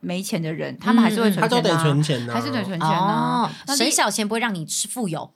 Speaker 2: 没钱的人，他们还是会
Speaker 1: 嗯
Speaker 2: 存钱、
Speaker 3: 他
Speaker 2: 啊，
Speaker 3: 都得存钱呢、
Speaker 2: 还是得存钱啊。
Speaker 1: 哦，
Speaker 2: 那
Speaker 1: 省
Speaker 2: 你
Speaker 1: 小钱不会让你吃富有，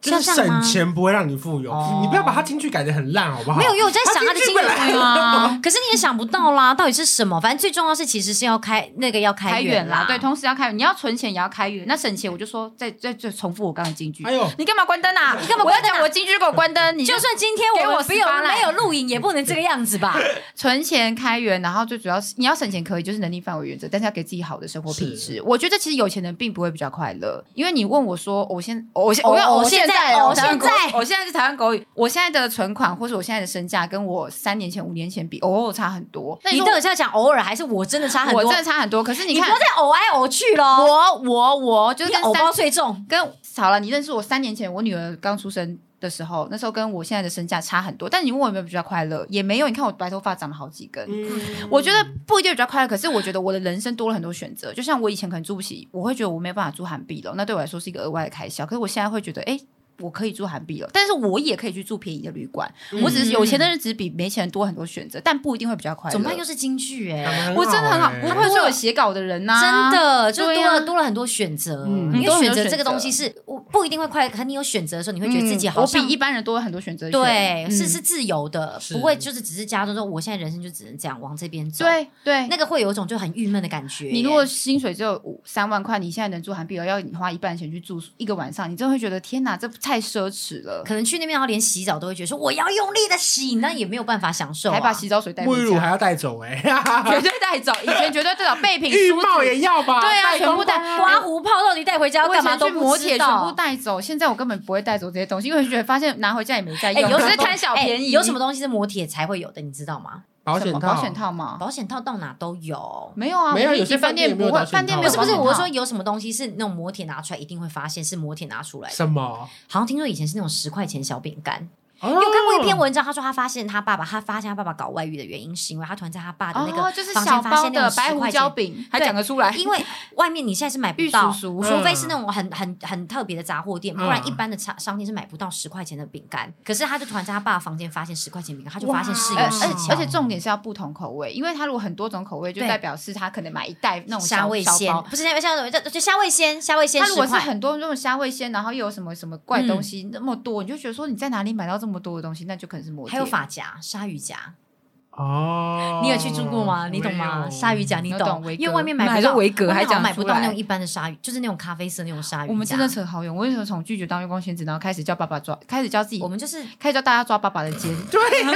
Speaker 3: 就是
Speaker 1: 像这样吗
Speaker 3: 省钱不会让你富有，
Speaker 1: 哦
Speaker 3: 你不要把他京剧改的很烂，好不好？
Speaker 1: 没有，因为我在想他的
Speaker 3: 金
Speaker 1: 金
Speaker 3: 句本来
Speaker 1: 额。
Speaker 2: 对啊，
Speaker 1: 可是你也想不到啦，到底是什么？反正最重要是，其实是要开那个要
Speaker 2: 开源
Speaker 1: 源
Speaker 2: 啦，对，同时要开源，你要存钱也要开源，那省钱我就说再再再重复我刚刚的金句，
Speaker 3: 哎呦，
Speaker 2: 你干嘛关灯 啊？你干嘛？我要讲我金句给我关灯，你就
Speaker 1: 就算今天我
Speaker 2: 给我
Speaker 1: 们没有
Speaker 2: 18赖
Speaker 1: 没有录影，也不能这个样子 吧？
Speaker 2: 存钱开源，然后最主要是你要省钱可以，就是能力范围原则，但是要给自己好的生活品质。我觉得其实有钱人并不会比较快乐，因为你问我说，我现我现
Speaker 1: 哦
Speaker 2: 我要
Speaker 1: 哦
Speaker 2: 我现
Speaker 1: 现在
Speaker 2: 在
Speaker 1: 哦
Speaker 2: 我
Speaker 1: 现在
Speaker 2: 我现在是台湾狗语，我现在的存款或者我现在的身价跟我三年前五年前比，偶尔差很多。那
Speaker 1: 你
Speaker 2: 说
Speaker 1: 到底是要讲偶尔，还是我真的差很
Speaker 2: 我
Speaker 1: 多
Speaker 2: 真？的差很多，可是
Speaker 1: 你
Speaker 2: 你
Speaker 1: 不
Speaker 2: 看
Speaker 1: 要再偶来偶去喽！
Speaker 2: 我我我就是
Speaker 1: 你
Speaker 2: 跟
Speaker 1: 偶
Speaker 2: 三
Speaker 1: 包最重，
Speaker 2: 跟好了，你认识我三年前，我女儿刚出生的时候，那时候跟我现在的身价差很多。但你问我有没有比较快乐，也没有。你看我白头发长了好几根，
Speaker 3: 嗯
Speaker 2: 我觉得不一定比较快乐。可是我觉得我的人生多了很多选择。就像我以前可能住不起，我会觉得我没有办法住韩币楼，那对我来说是一个额外的开销。可是我现在会觉得，哎、我可以住韩币楼，但是我也可以去住便宜的旅馆。我只是有钱的日子比没钱人多很多选择，但不一定会比较快乐。
Speaker 1: 嗯怎么办？又是京剧哎、
Speaker 2: 我真的很好，哎
Speaker 3: 欸
Speaker 2: 不愧是我写稿的人呐、
Speaker 1: 真的，就是
Speaker 2: 对
Speaker 1: 多了、
Speaker 2: 啊
Speaker 1: 多了很多选择，
Speaker 2: 嗯
Speaker 1: 因为
Speaker 2: 多很
Speaker 1: 选
Speaker 2: 多
Speaker 1: 择
Speaker 2: 选
Speaker 1: 这个
Speaker 2: 择
Speaker 1: 东西是我不一定会快，可你有选择的时候，你会觉得自己好
Speaker 2: 嗯我
Speaker 1: 像、
Speaker 2: 比一般人多了很多选择权。
Speaker 1: 对、
Speaker 2: 嗯
Speaker 1: 是是自由的，
Speaker 3: 是
Speaker 1: 不会就是只是加重说我现在人生就只能这样往这边走，，
Speaker 2: 对对，
Speaker 1: 那个会有一种就很郁闷的感觉耶。
Speaker 2: 你如果薪水只有五三万块，你现在能住韩碧楼，要你花一半钱去住一个晚上，你真的会觉得天哪，这太奢侈了，
Speaker 1: 可能去那边，然后连洗澡都会觉得说我要用力的洗，那也没有办法享受、啊，
Speaker 2: 还把洗澡水带
Speaker 3: 沐浴
Speaker 2: 回
Speaker 3: 乳还
Speaker 2: 家，
Speaker 3: 要带走哎、
Speaker 2: 绝对带走，以前绝对带走备品、
Speaker 3: 浴
Speaker 2: 梳子
Speaker 3: 帽也要吧？
Speaker 2: 对啊，
Speaker 3: 带
Speaker 2: 全部
Speaker 3: 光
Speaker 2: 带
Speaker 3: 光。
Speaker 1: 刮胡泡到底带回家要
Speaker 2: 我以
Speaker 1: 干嘛
Speaker 2: 前
Speaker 1: 都
Speaker 2: 去
Speaker 1: 不
Speaker 2: 磨
Speaker 1: 知
Speaker 2: 铁全
Speaker 1: 道
Speaker 2: 部带走，现在我根本不会带走这些东西，因为觉得发现拿回家也没在
Speaker 1: 哎、
Speaker 2: 用，
Speaker 1: 有
Speaker 2: 我
Speaker 1: 什么
Speaker 2: 只 是
Speaker 1: 东
Speaker 2: 贪小
Speaker 1: 哎
Speaker 2: 便宜。
Speaker 1: 有什么东西是磨铁才会有的，你知道吗？
Speaker 3: 保
Speaker 2: 什
Speaker 3: 险
Speaker 2: 么
Speaker 3: 套，
Speaker 2: 保险套吗？
Speaker 1: 保险套到哪都有，
Speaker 2: 没有啊，
Speaker 3: 没有
Speaker 2: 我觉得
Speaker 3: 有些
Speaker 2: 一般
Speaker 3: 饭店也没有
Speaker 2: 不会
Speaker 3: 保险
Speaker 2: 饭店
Speaker 3: 套
Speaker 1: 不
Speaker 2: 没有
Speaker 1: 是
Speaker 2: 保
Speaker 1: 不
Speaker 2: 险
Speaker 1: 是，
Speaker 2: 套，
Speaker 1: 我说有什么东西是那种磨铁拿出来一定会发现是磨铁拿出来的，
Speaker 3: 什么？
Speaker 1: 好像听说以前是那种十块钱小饼干。
Speaker 3: 有
Speaker 1: 有看过一篇文章，他说他发现他爸爸，他发现他爸爸搞外遇的原因是因为他突然在他爸的那个
Speaker 2: 哦，就是
Speaker 1: 房
Speaker 2: 小
Speaker 1: 间发
Speaker 2: 包
Speaker 1: 现那
Speaker 2: 的
Speaker 1: 种
Speaker 2: 白
Speaker 1: 10
Speaker 2: 胡
Speaker 1: 块
Speaker 2: 椒
Speaker 1: 钱。
Speaker 2: 饼，
Speaker 1: 对
Speaker 2: 还讲得出来，
Speaker 1: 因为外面你现在是买不
Speaker 2: 玉
Speaker 1: 到，
Speaker 2: 叔嗯叔
Speaker 1: 除非是那种很很很特别的杂货店，不然一般的商商店是买不到十块钱的饼干。可是他就突然在他爸房间发现十块钱饼干，他就发现是有
Speaker 2: 而
Speaker 3: 哇
Speaker 1: 事
Speaker 2: 呃而
Speaker 1: 情。
Speaker 2: 而且重点是要不同口味，因为它如果很多种口味，就
Speaker 1: 对
Speaker 2: 代表是它可能买一袋那种小
Speaker 1: 虾味鲜
Speaker 2: 小包。
Speaker 1: 不是虾味鲜，就就虾味鲜，虾味鲜
Speaker 2: 它
Speaker 1: 十
Speaker 2: 如果是
Speaker 1: 块。
Speaker 2: 很多那种虾味鲜，然后又有什么什么怪东
Speaker 1: 嗯
Speaker 2: 西那么多，你就觉得说你在哪里买到这么多的东西，那就可能是摩羯。
Speaker 1: 还有发夹、鲨鱼夹，
Speaker 3: 哦，
Speaker 1: 你有去住过吗？你懂
Speaker 3: 没
Speaker 1: 吗？
Speaker 3: 有
Speaker 1: 鲨鱼夹你
Speaker 2: 我懂维格
Speaker 1: 因为外面买
Speaker 2: 买
Speaker 1: 不
Speaker 2: 到
Speaker 1: 到
Speaker 2: 维格
Speaker 1: 外面
Speaker 2: 还
Speaker 1: 好像
Speaker 2: 讲
Speaker 1: 买不
Speaker 2: 出
Speaker 1: 到
Speaker 2: 来
Speaker 1: 那种一般的鲨鱼，就是那种咖啡色那种鲨鱼夹。
Speaker 2: 我们真的扯好远。我为什么从拒绝当月光仙子，然后开始叫爸爸抓，开始教自己
Speaker 1: 我，们就是
Speaker 2: 开始教大家抓爸爸的 肩？
Speaker 3: 对呀、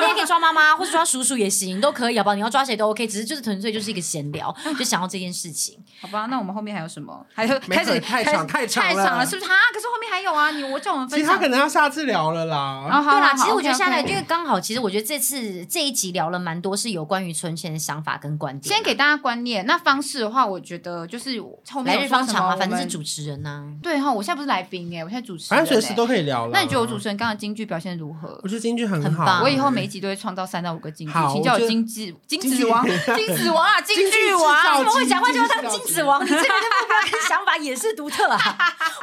Speaker 1: 你也可以抓妈妈，或者抓叔叔也行，都可以，好不好？你要抓谁都 OK，只是就是纯粹就是一个闲 聊，就想要这件事情。
Speaker 2: 好吧，那我们后面还有什么？还有
Speaker 3: 没
Speaker 2: 开始
Speaker 3: 可太
Speaker 2: 开始
Speaker 3: 长太长
Speaker 2: 太
Speaker 3: 了
Speaker 2: 长了，是不是？哈，可是后面还有啊，你我叫我们
Speaker 3: 其
Speaker 2: 分
Speaker 3: 实他
Speaker 2: 享
Speaker 3: 可。能要下次聊了啦。
Speaker 2: 哦好
Speaker 1: 对啦，
Speaker 2: 好
Speaker 1: 其实
Speaker 2: 好
Speaker 1: 我觉得
Speaker 2: OK，OK
Speaker 1: 下来，因为刚好，其实我觉得这次这一集聊了蛮多是有关于存钱的想法跟观点。
Speaker 2: 先给大家观念，那方式的话，我觉得就是后
Speaker 1: 来
Speaker 2: 面有
Speaker 1: 日
Speaker 2: 说
Speaker 1: 方
Speaker 2: 什
Speaker 1: 长
Speaker 2: 么
Speaker 1: 嘛，反正
Speaker 2: 我
Speaker 1: 是
Speaker 2: 们
Speaker 1: 主持人啊呐、
Speaker 2: 对哈，我现在不是来宾哎、我现在主持
Speaker 3: 反
Speaker 2: 人、欸，
Speaker 3: 正随时都可以聊了。
Speaker 2: 那你觉得我主持人刚刚的京剧表现如何
Speaker 3: 我？觉得京剧很
Speaker 1: 很
Speaker 3: 好
Speaker 1: 棒
Speaker 3: 欸，
Speaker 2: 我以后每一集都会创造三到五个京剧，
Speaker 3: 好
Speaker 2: 请叫
Speaker 3: 我
Speaker 2: 我
Speaker 3: 觉得
Speaker 2: 金子金
Speaker 3: 京
Speaker 2: 子
Speaker 3: 剧
Speaker 2: 王、金子王啊，京
Speaker 3: 京剧
Speaker 2: 剧
Speaker 3: 制造
Speaker 2: 王，
Speaker 3: 机
Speaker 1: 怎么会讲话就要当金子王？你这个人的想法也是独特 啊！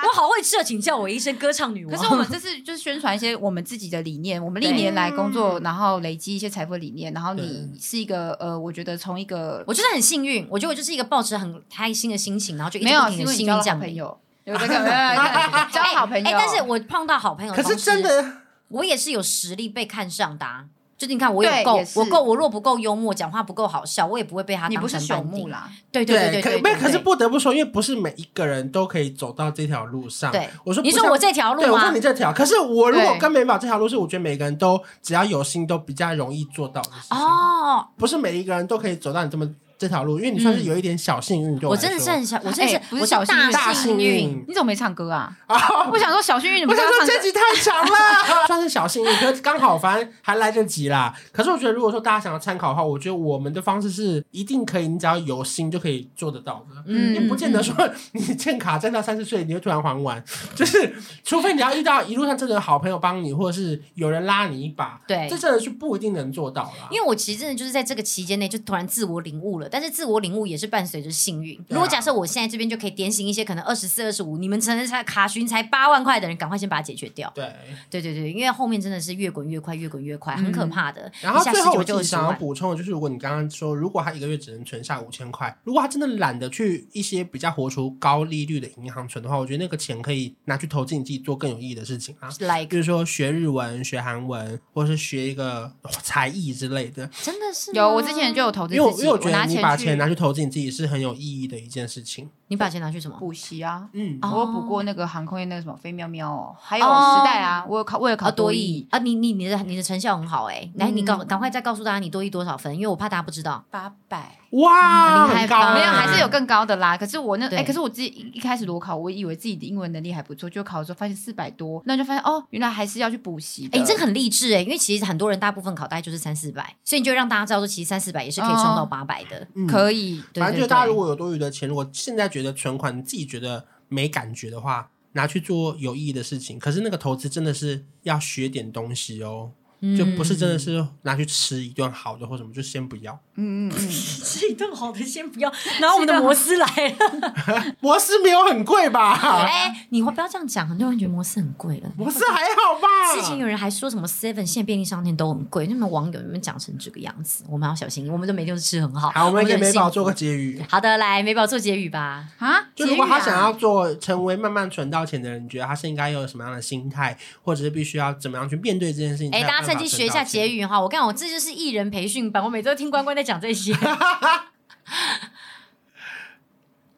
Speaker 1: 我好会吃哦，请叫我一声歌唱女王。
Speaker 2: 可是我们这次就是宣传一些我们自己的理念，我们历年来工作，然后累积一些财富的理念，然后你是一个呃，我觉得从一个
Speaker 1: 我就是很幸运，我觉得我就是一个抱持很开心的心情，然后就一直
Speaker 2: 没有啊
Speaker 1: 不
Speaker 2: 是
Speaker 1: 停
Speaker 2: 因
Speaker 1: 的
Speaker 2: 为你
Speaker 1: 幸运
Speaker 2: 交了好
Speaker 1: 降
Speaker 2: 朋
Speaker 1: 临。
Speaker 2: 友，有这个 哎交好朋友，
Speaker 1: 哎、但是我碰到好朋友，
Speaker 3: 可是真，的，
Speaker 1: 我也是有实力被看上的、啊。就是你看，我有
Speaker 2: 对
Speaker 1: 够
Speaker 2: 也，是
Speaker 1: 我够，我若不够幽默，讲话不够好笑，我也不会被他
Speaker 2: 你
Speaker 1: 当
Speaker 2: 不是
Speaker 1: 成
Speaker 2: 朽
Speaker 1: 班
Speaker 2: 木
Speaker 1: 底。
Speaker 2: 啦，
Speaker 1: 对对对对
Speaker 3: 可
Speaker 1: 对
Speaker 3: 没
Speaker 1: 对
Speaker 3: 有可是不得不说，因为不是每一个人都可以走到这条路上。
Speaker 1: 对，
Speaker 3: 我说
Speaker 1: 你
Speaker 3: 不
Speaker 1: 说
Speaker 3: 像
Speaker 1: 我这条
Speaker 3: 对，
Speaker 1: 路
Speaker 3: 我说
Speaker 1: 吗
Speaker 3: 你？这条，可是我如果
Speaker 2: 对
Speaker 3: 跟美宝这条路是，我觉得每个人都只要有心，都比较容易做到的事情。
Speaker 1: 哦，
Speaker 3: 不是每一个人都可以走到你这么这条路，因为你算是
Speaker 1: 嗯
Speaker 3: 有一点小幸运。对
Speaker 1: 我
Speaker 3: 来
Speaker 1: 真的
Speaker 3: 说
Speaker 1: 是很小，我真的是
Speaker 2: 哎不是
Speaker 1: 我
Speaker 2: 小幸运
Speaker 1: 大
Speaker 3: 大
Speaker 1: 幸
Speaker 3: 幸
Speaker 1: 运。
Speaker 3: 运
Speaker 2: 你怎么没唱歌啊？
Speaker 3: 啊！
Speaker 2: 我想说小幸运，你
Speaker 3: 我
Speaker 2: 们
Speaker 3: 想
Speaker 2: 刚刚
Speaker 3: 说
Speaker 2: 唱歌
Speaker 3: 这集太长了，算是小幸运，可是刚好反正还来得及啦。可是我觉得，如果说大家想要参考的话，我觉得我们的方式是一定可以，你只要有心就可以做得到的。
Speaker 1: 嗯
Speaker 3: 也不见得说你欠卡欠到三十岁，你会突然还完，就是除非你要遇到一路上真的有好朋友帮你，或者是有人拉你一把，
Speaker 1: 对
Speaker 3: 这真的是不一定能做到啦。
Speaker 1: 因为我其实真的就是在这个期间内就突然自我领悟了，了，但是自我领悟也是伴随着幸运。
Speaker 3: 啊
Speaker 1: 如果假设我现在这边就可以点醒一些可能二十四、二十五，你们真的才卡询才八万块的人，赶快先把它解决掉。
Speaker 3: 对。
Speaker 1: 对对对，因为后面真的是越滚越快，越滚越快，很可怕的。
Speaker 3: 然后
Speaker 1: 一下
Speaker 3: 最后我
Speaker 1: 19
Speaker 3: 自
Speaker 1: 就
Speaker 3: 己
Speaker 1: 十
Speaker 3: 想要
Speaker 1: 万，
Speaker 3: 补充的就是，如果你刚刚说，如果他一个月只能存下五千块，如果他真的懒得去一些比较活出高利率的银行存的话，我觉得那个钱可以拿去投进你自己做更有意义的事情啊。
Speaker 1: like
Speaker 3: 比如说学日文、学韩文，或是学一个哦才艺之类的，
Speaker 1: 真的是
Speaker 2: 有，
Speaker 1: 吗
Speaker 2: 我之前就有投资
Speaker 3: 因为我
Speaker 2: 自
Speaker 3: 因
Speaker 2: 己，
Speaker 3: 为我
Speaker 2: 我
Speaker 3: 觉得
Speaker 2: 拿
Speaker 3: 你把
Speaker 2: 去
Speaker 3: 钱拿去投资你自己是很有意义的一件事情。
Speaker 1: 你把钱拿去什么？
Speaker 2: 补习啊。
Speaker 3: 嗯，
Speaker 1: 哦
Speaker 2: 我有补过那个航空业那个什么飞喵喵哦，还有
Speaker 1: 哦
Speaker 2: 时代啊，我有考，我有
Speaker 3: 哦
Speaker 2: 考
Speaker 1: 啊，多
Speaker 2: 益
Speaker 1: 益啊，你你你的你的成效很好哎、来你
Speaker 2: 嗯
Speaker 1: 告赶快再告诉大家你多益多少分，因为我怕大家不知道。
Speaker 2: 八百，
Speaker 3: 哇，
Speaker 1: 很厉害
Speaker 3: 很高
Speaker 1: 吧
Speaker 3: 啊，
Speaker 2: 没有，还是有更高的啦。可是我那
Speaker 1: 对
Speaker 2: 哎、可是我自己一一开始裸考，我以为自己的英文能力还不错，就考的时候发现四百多，那就发现哦，原来还是要去补习的。
Speaker 1: 哎、你这个很励志哎、因为其实很多人大部分考大概就是三四百，所以你就让大家知道说，其实三四百也是可以冲到
Speaker 2: 哦
Speaker 1: 八百的。
Speaker 3: 嗯
Speaker 2: 可以，
Speaker 1: 对
Speaker 3: 反正
Speaker 1: 对
Speaker 3: 就是大家如
Speaker 1: 对，
Speaker 3: 果有多余的钱，如果现在觉得存款你自己觉得没感觉的话，拿去做有意义的事情。可是那个投资真的是要学点东西哦，就不是真的是拿去吃一顿好的或什么，就先不要。
Speaker 2: 嗯嗯 嗯，
Speaker 1: 吃一顿好的先不要，然后我们的摩斯来了。
Speaker 3: 摩斯没有很 贵吧？
Speaker 1: 哎、你会不要这样讲，很多人觉得摩斯很贵了。
Speaker 3: 摩斯还好
Speaker 2: 啊
Speaker 3: 吧？
Speaker 1: 之前有人还说什么 Seven 现在便利商店都很贵，那么网友你们讲成这个样子，我们要小心。我们的每天都吃很好，
Speaker 3: 好，我们给
Speaker 1: 人
Speaker 3: 美
Speaker 1: 幸
Speaker 3: 宝
Speaker 1: 福
Speaker 3: 做个结语。
Speaker 1: 好的，来美宝做结语吧。
Speaker 2: 啊，
Speaker 3: 就
Speaker 2: 捷
Speaker 3: 如果
Speaker 2: 运啊
Speaker 3: 他想要做成为慢慢存到钱的人，你觉得他是应该有什么样的心态，或者是必须要怎么样去面对这件事情？
Speaker 1: 哎、大家趁机学一下结
Speaker 3: 语。
Speaker 1: 语哈。我跟你讲，我这就是艺人培训班，我每周听关关在讲这 些。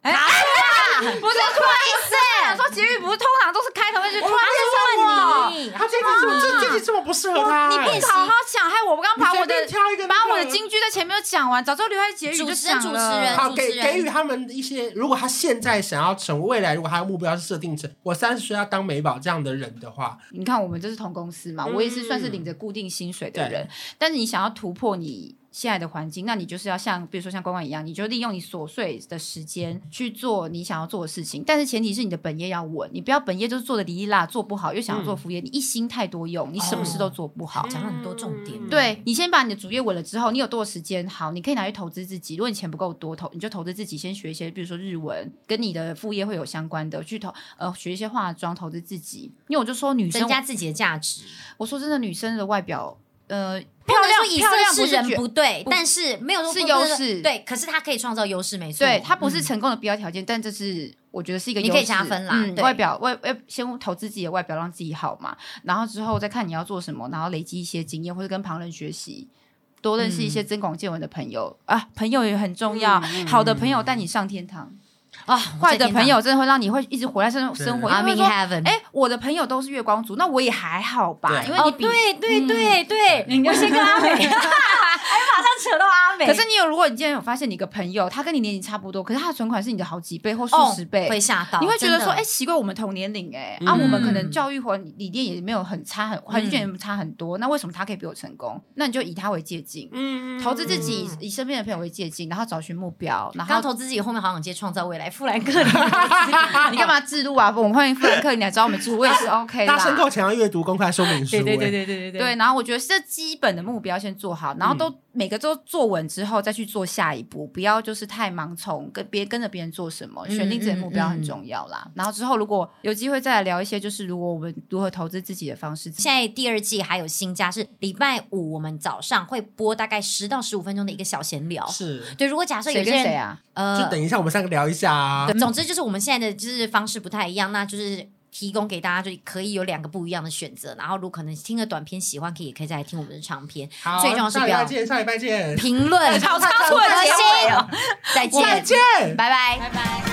Speaker 2: 不是不好意思，我想说节育不是通常都是开头就是夸
Speaker 1: 他
Speaker 2: 我，
Speaker 1: 是问你，
Speaker 3: 他这集怎么这这集这么不适合他？
Speaker 1: 啊你
Speaker 3: 哎
Speaker 1: 变
Speaker 2: 好好想，害我我刚
Speaker 3: 你
Speaker 2: 把
Speaker 3: 随
Speaker 2: 我的
Speaker 3: 便挑一个那
Speaker 2: 把
Speaker 3: 个
Speaker 2: 我的金句在前面都讲完，早知道留在结语就
Speaker 1: 主持人
Speaker 2: 讲
Speaker 1: 主持
Speaker 2: 了
Speaker 1: 人
Speaker 3: 好，
Speaker 1: 主
Speaker 3: 给
Speaker 1: 持
Speaker 3: 给予他们一些，如果他现在想要成为未来，如果他的目标是设定成我三十岁要当美宝这样的人的话，
Speaker 2: 你看，我们就是同公司嘛，
Speaker 3: 嗯
Speaker 2: 我也是算是领着固定薪水的人，但是你想要突破你现在的环境，那你就是要像比如说像关关一样，你就利用你琐碎的时间去做你想要做的事情，但是前提是你的本业要稳，你不要本业就是做的哩哩啦，做不好又想要做副业，你一心太多用，你什么事
Speaker 1: 嗯
Speaker 2: 都做不好。
Speaker 1: 讲了很多重点
Speaker 3: 嗯
Speaker 2: 对你先把你的主业稳了之后，你有多的时间，好，你可以拿去投资自己。如果你钱不够多，投你就投资自己，先学一些，比如说日文，跟你的副业会有相关的，去投呃学一些化妆，投资自己。因为我就说女生
Speaker 1: 增加自己的价值。
Speaker 2: 我说真的，女生的外表，呃，
Speaker 1: 不
Speaker 2: 漂
Speaker 1: 能
Speaker 2: 亮
Speaker 1: 说以
Speaker 2: 漂亮
Speaker 1: 色
Speaker 2: 不
Speaker 1: 示
Speaker 2: 是
Speaker 1: 人
Speaker 2: 绝
Speaker 1: 不对，
Speaker 2: 不
Speaker 1: 但是没有说
Speaker 2: 是
Speaker 1: 不能
Speaker 2: 优
Speaker 1: 说
Speaker 2: 势
Speaker 1: 对，可是他可以创造优势，没错。
Speaker 2: 对，它不是
Speaker 1: 嗯
Speaker 2: 成功的必要条件，但这是我觉得是一个
Speaker 1: 你
Speaker 2: 优
Speaker 1: 可以
Speaker 2: 势
Speaker 1: 加分啦
Speaker 2: 嗯，
Speaker 1: 对
Speaker 2: 外表外外先投资自己的外表，让自己好嘛，然后之后再看你要做什么，然后累积一些经验，或者跟旁人学习。多认识一些增广见闻的朋友、
Speaker 1: 嗯
Speaker 2: 啊，朋友也很重要。好的朋友带你上天堂，
Speaker 1: 啊，
Speaker 2: 坏的
Speaker 1: 我在天堂
Speaker 2: 朋友真的会让你会一直活在生生活。
Speaker 1: I'm
Speaker 2: 因为
Speaker 1: in
Speaker 2: 说，
Speaker 1: heaven。
Speaker 2: 哎、我的朋友都是月光族，那我也还好吧，
Speaker 3: 对
Speaker 2: 因为
Speaker 1: 哦，
Speaker 2: 你比
Speaker 1: 对对对对，我先跟阿 美，还哎马上扯到阿美。
Speaker 2: 可是你有，如果你今天有发现你一个朋友，他跟你年龄差不多，可是他的存款是你的好几倍或数
Speaker 1: 哦
Speaker 2: 十倍，
Speaker 1: 会吓到，
Speaker 2: 你会觉得
Speaker 1: 真的
Speaker 2: 说，哎、奇怪，我们同年龄、哎、
Speaker 3: 嗯
Speaker 2: 啊，我们可能教育或理念也没有很差，很环境也没有差很多，那为什么他可以比我成功？那你就以他为借鉴，
Speaker 3: 嗯
Speaker 2: 投资自己，以以身边的朋友为借鉴，然后找寻目标，然
Speaker 1: 刚
Speaker 2: 后。
Speaker 1: 投资自己，后面好想接创造未来，富兰克林投资自己。
Speaker 2: 你干嘛自录啊？我们欢迎富兰克，你来找我们自录，我也 是 OK 的
Speaker 3: 大
Speaker 2: 啦。
Speaker 3: 声购前要阅读公开说明书。
Speaker 1: 对？对对对
Speaker 3: 哎
Speaker 1: 对对嗯
Speaker 2: 对，然后我觉得这基本的目标先做好，然后都、每个都做稳之后再去做下一步，不要就是太盲从，跟别跟着别人做什么，
Speaker 1: 嗯
Speaker 2: 选定自己的目标
Speaker 1: 嗯
Speaker 2: 很重要啦。然后之后如果有机会再来聊一些，就是如果我们如何投资自己的方式。
Speaker 1: 现在第二季还有新家是礼拜五，我们早上会播大概十到十五分钟的一个小闲聊。
Speaker 3: 哎是，
Speaker 1: 对，如果假设有
Speaker 2: 谁
Speaker 1: 些
Speaker 2: 跟谁
Speaker 1: 人
Speaker 2: 啊？
Speaker 1: 呃
Speaker 3: 就等一下我们三个聊一下啊。
Speaker 1: 对，总之就是我们现在的就是方式不太一样，那就是。提供给大家就可以有两个不一样的选择，然后如果可能听了短片喜欢，可以也可以再来听我们的长篇
Speaker 3: 好，
Speaker 1: 最重要是
Speaker 3: 下
Speaker 1: 不
Speaker 3: 礼
Speaker 1: 要
Speaker 3: 拜见，下礼拜见，
Speaker 1: 评论。
Speaker 2: 好仓促的结尾哦
Speaker 1: 再见，
Speaker 3: 再见。
Speaker 1: 拜拜。
Speaker 2: 拜拜。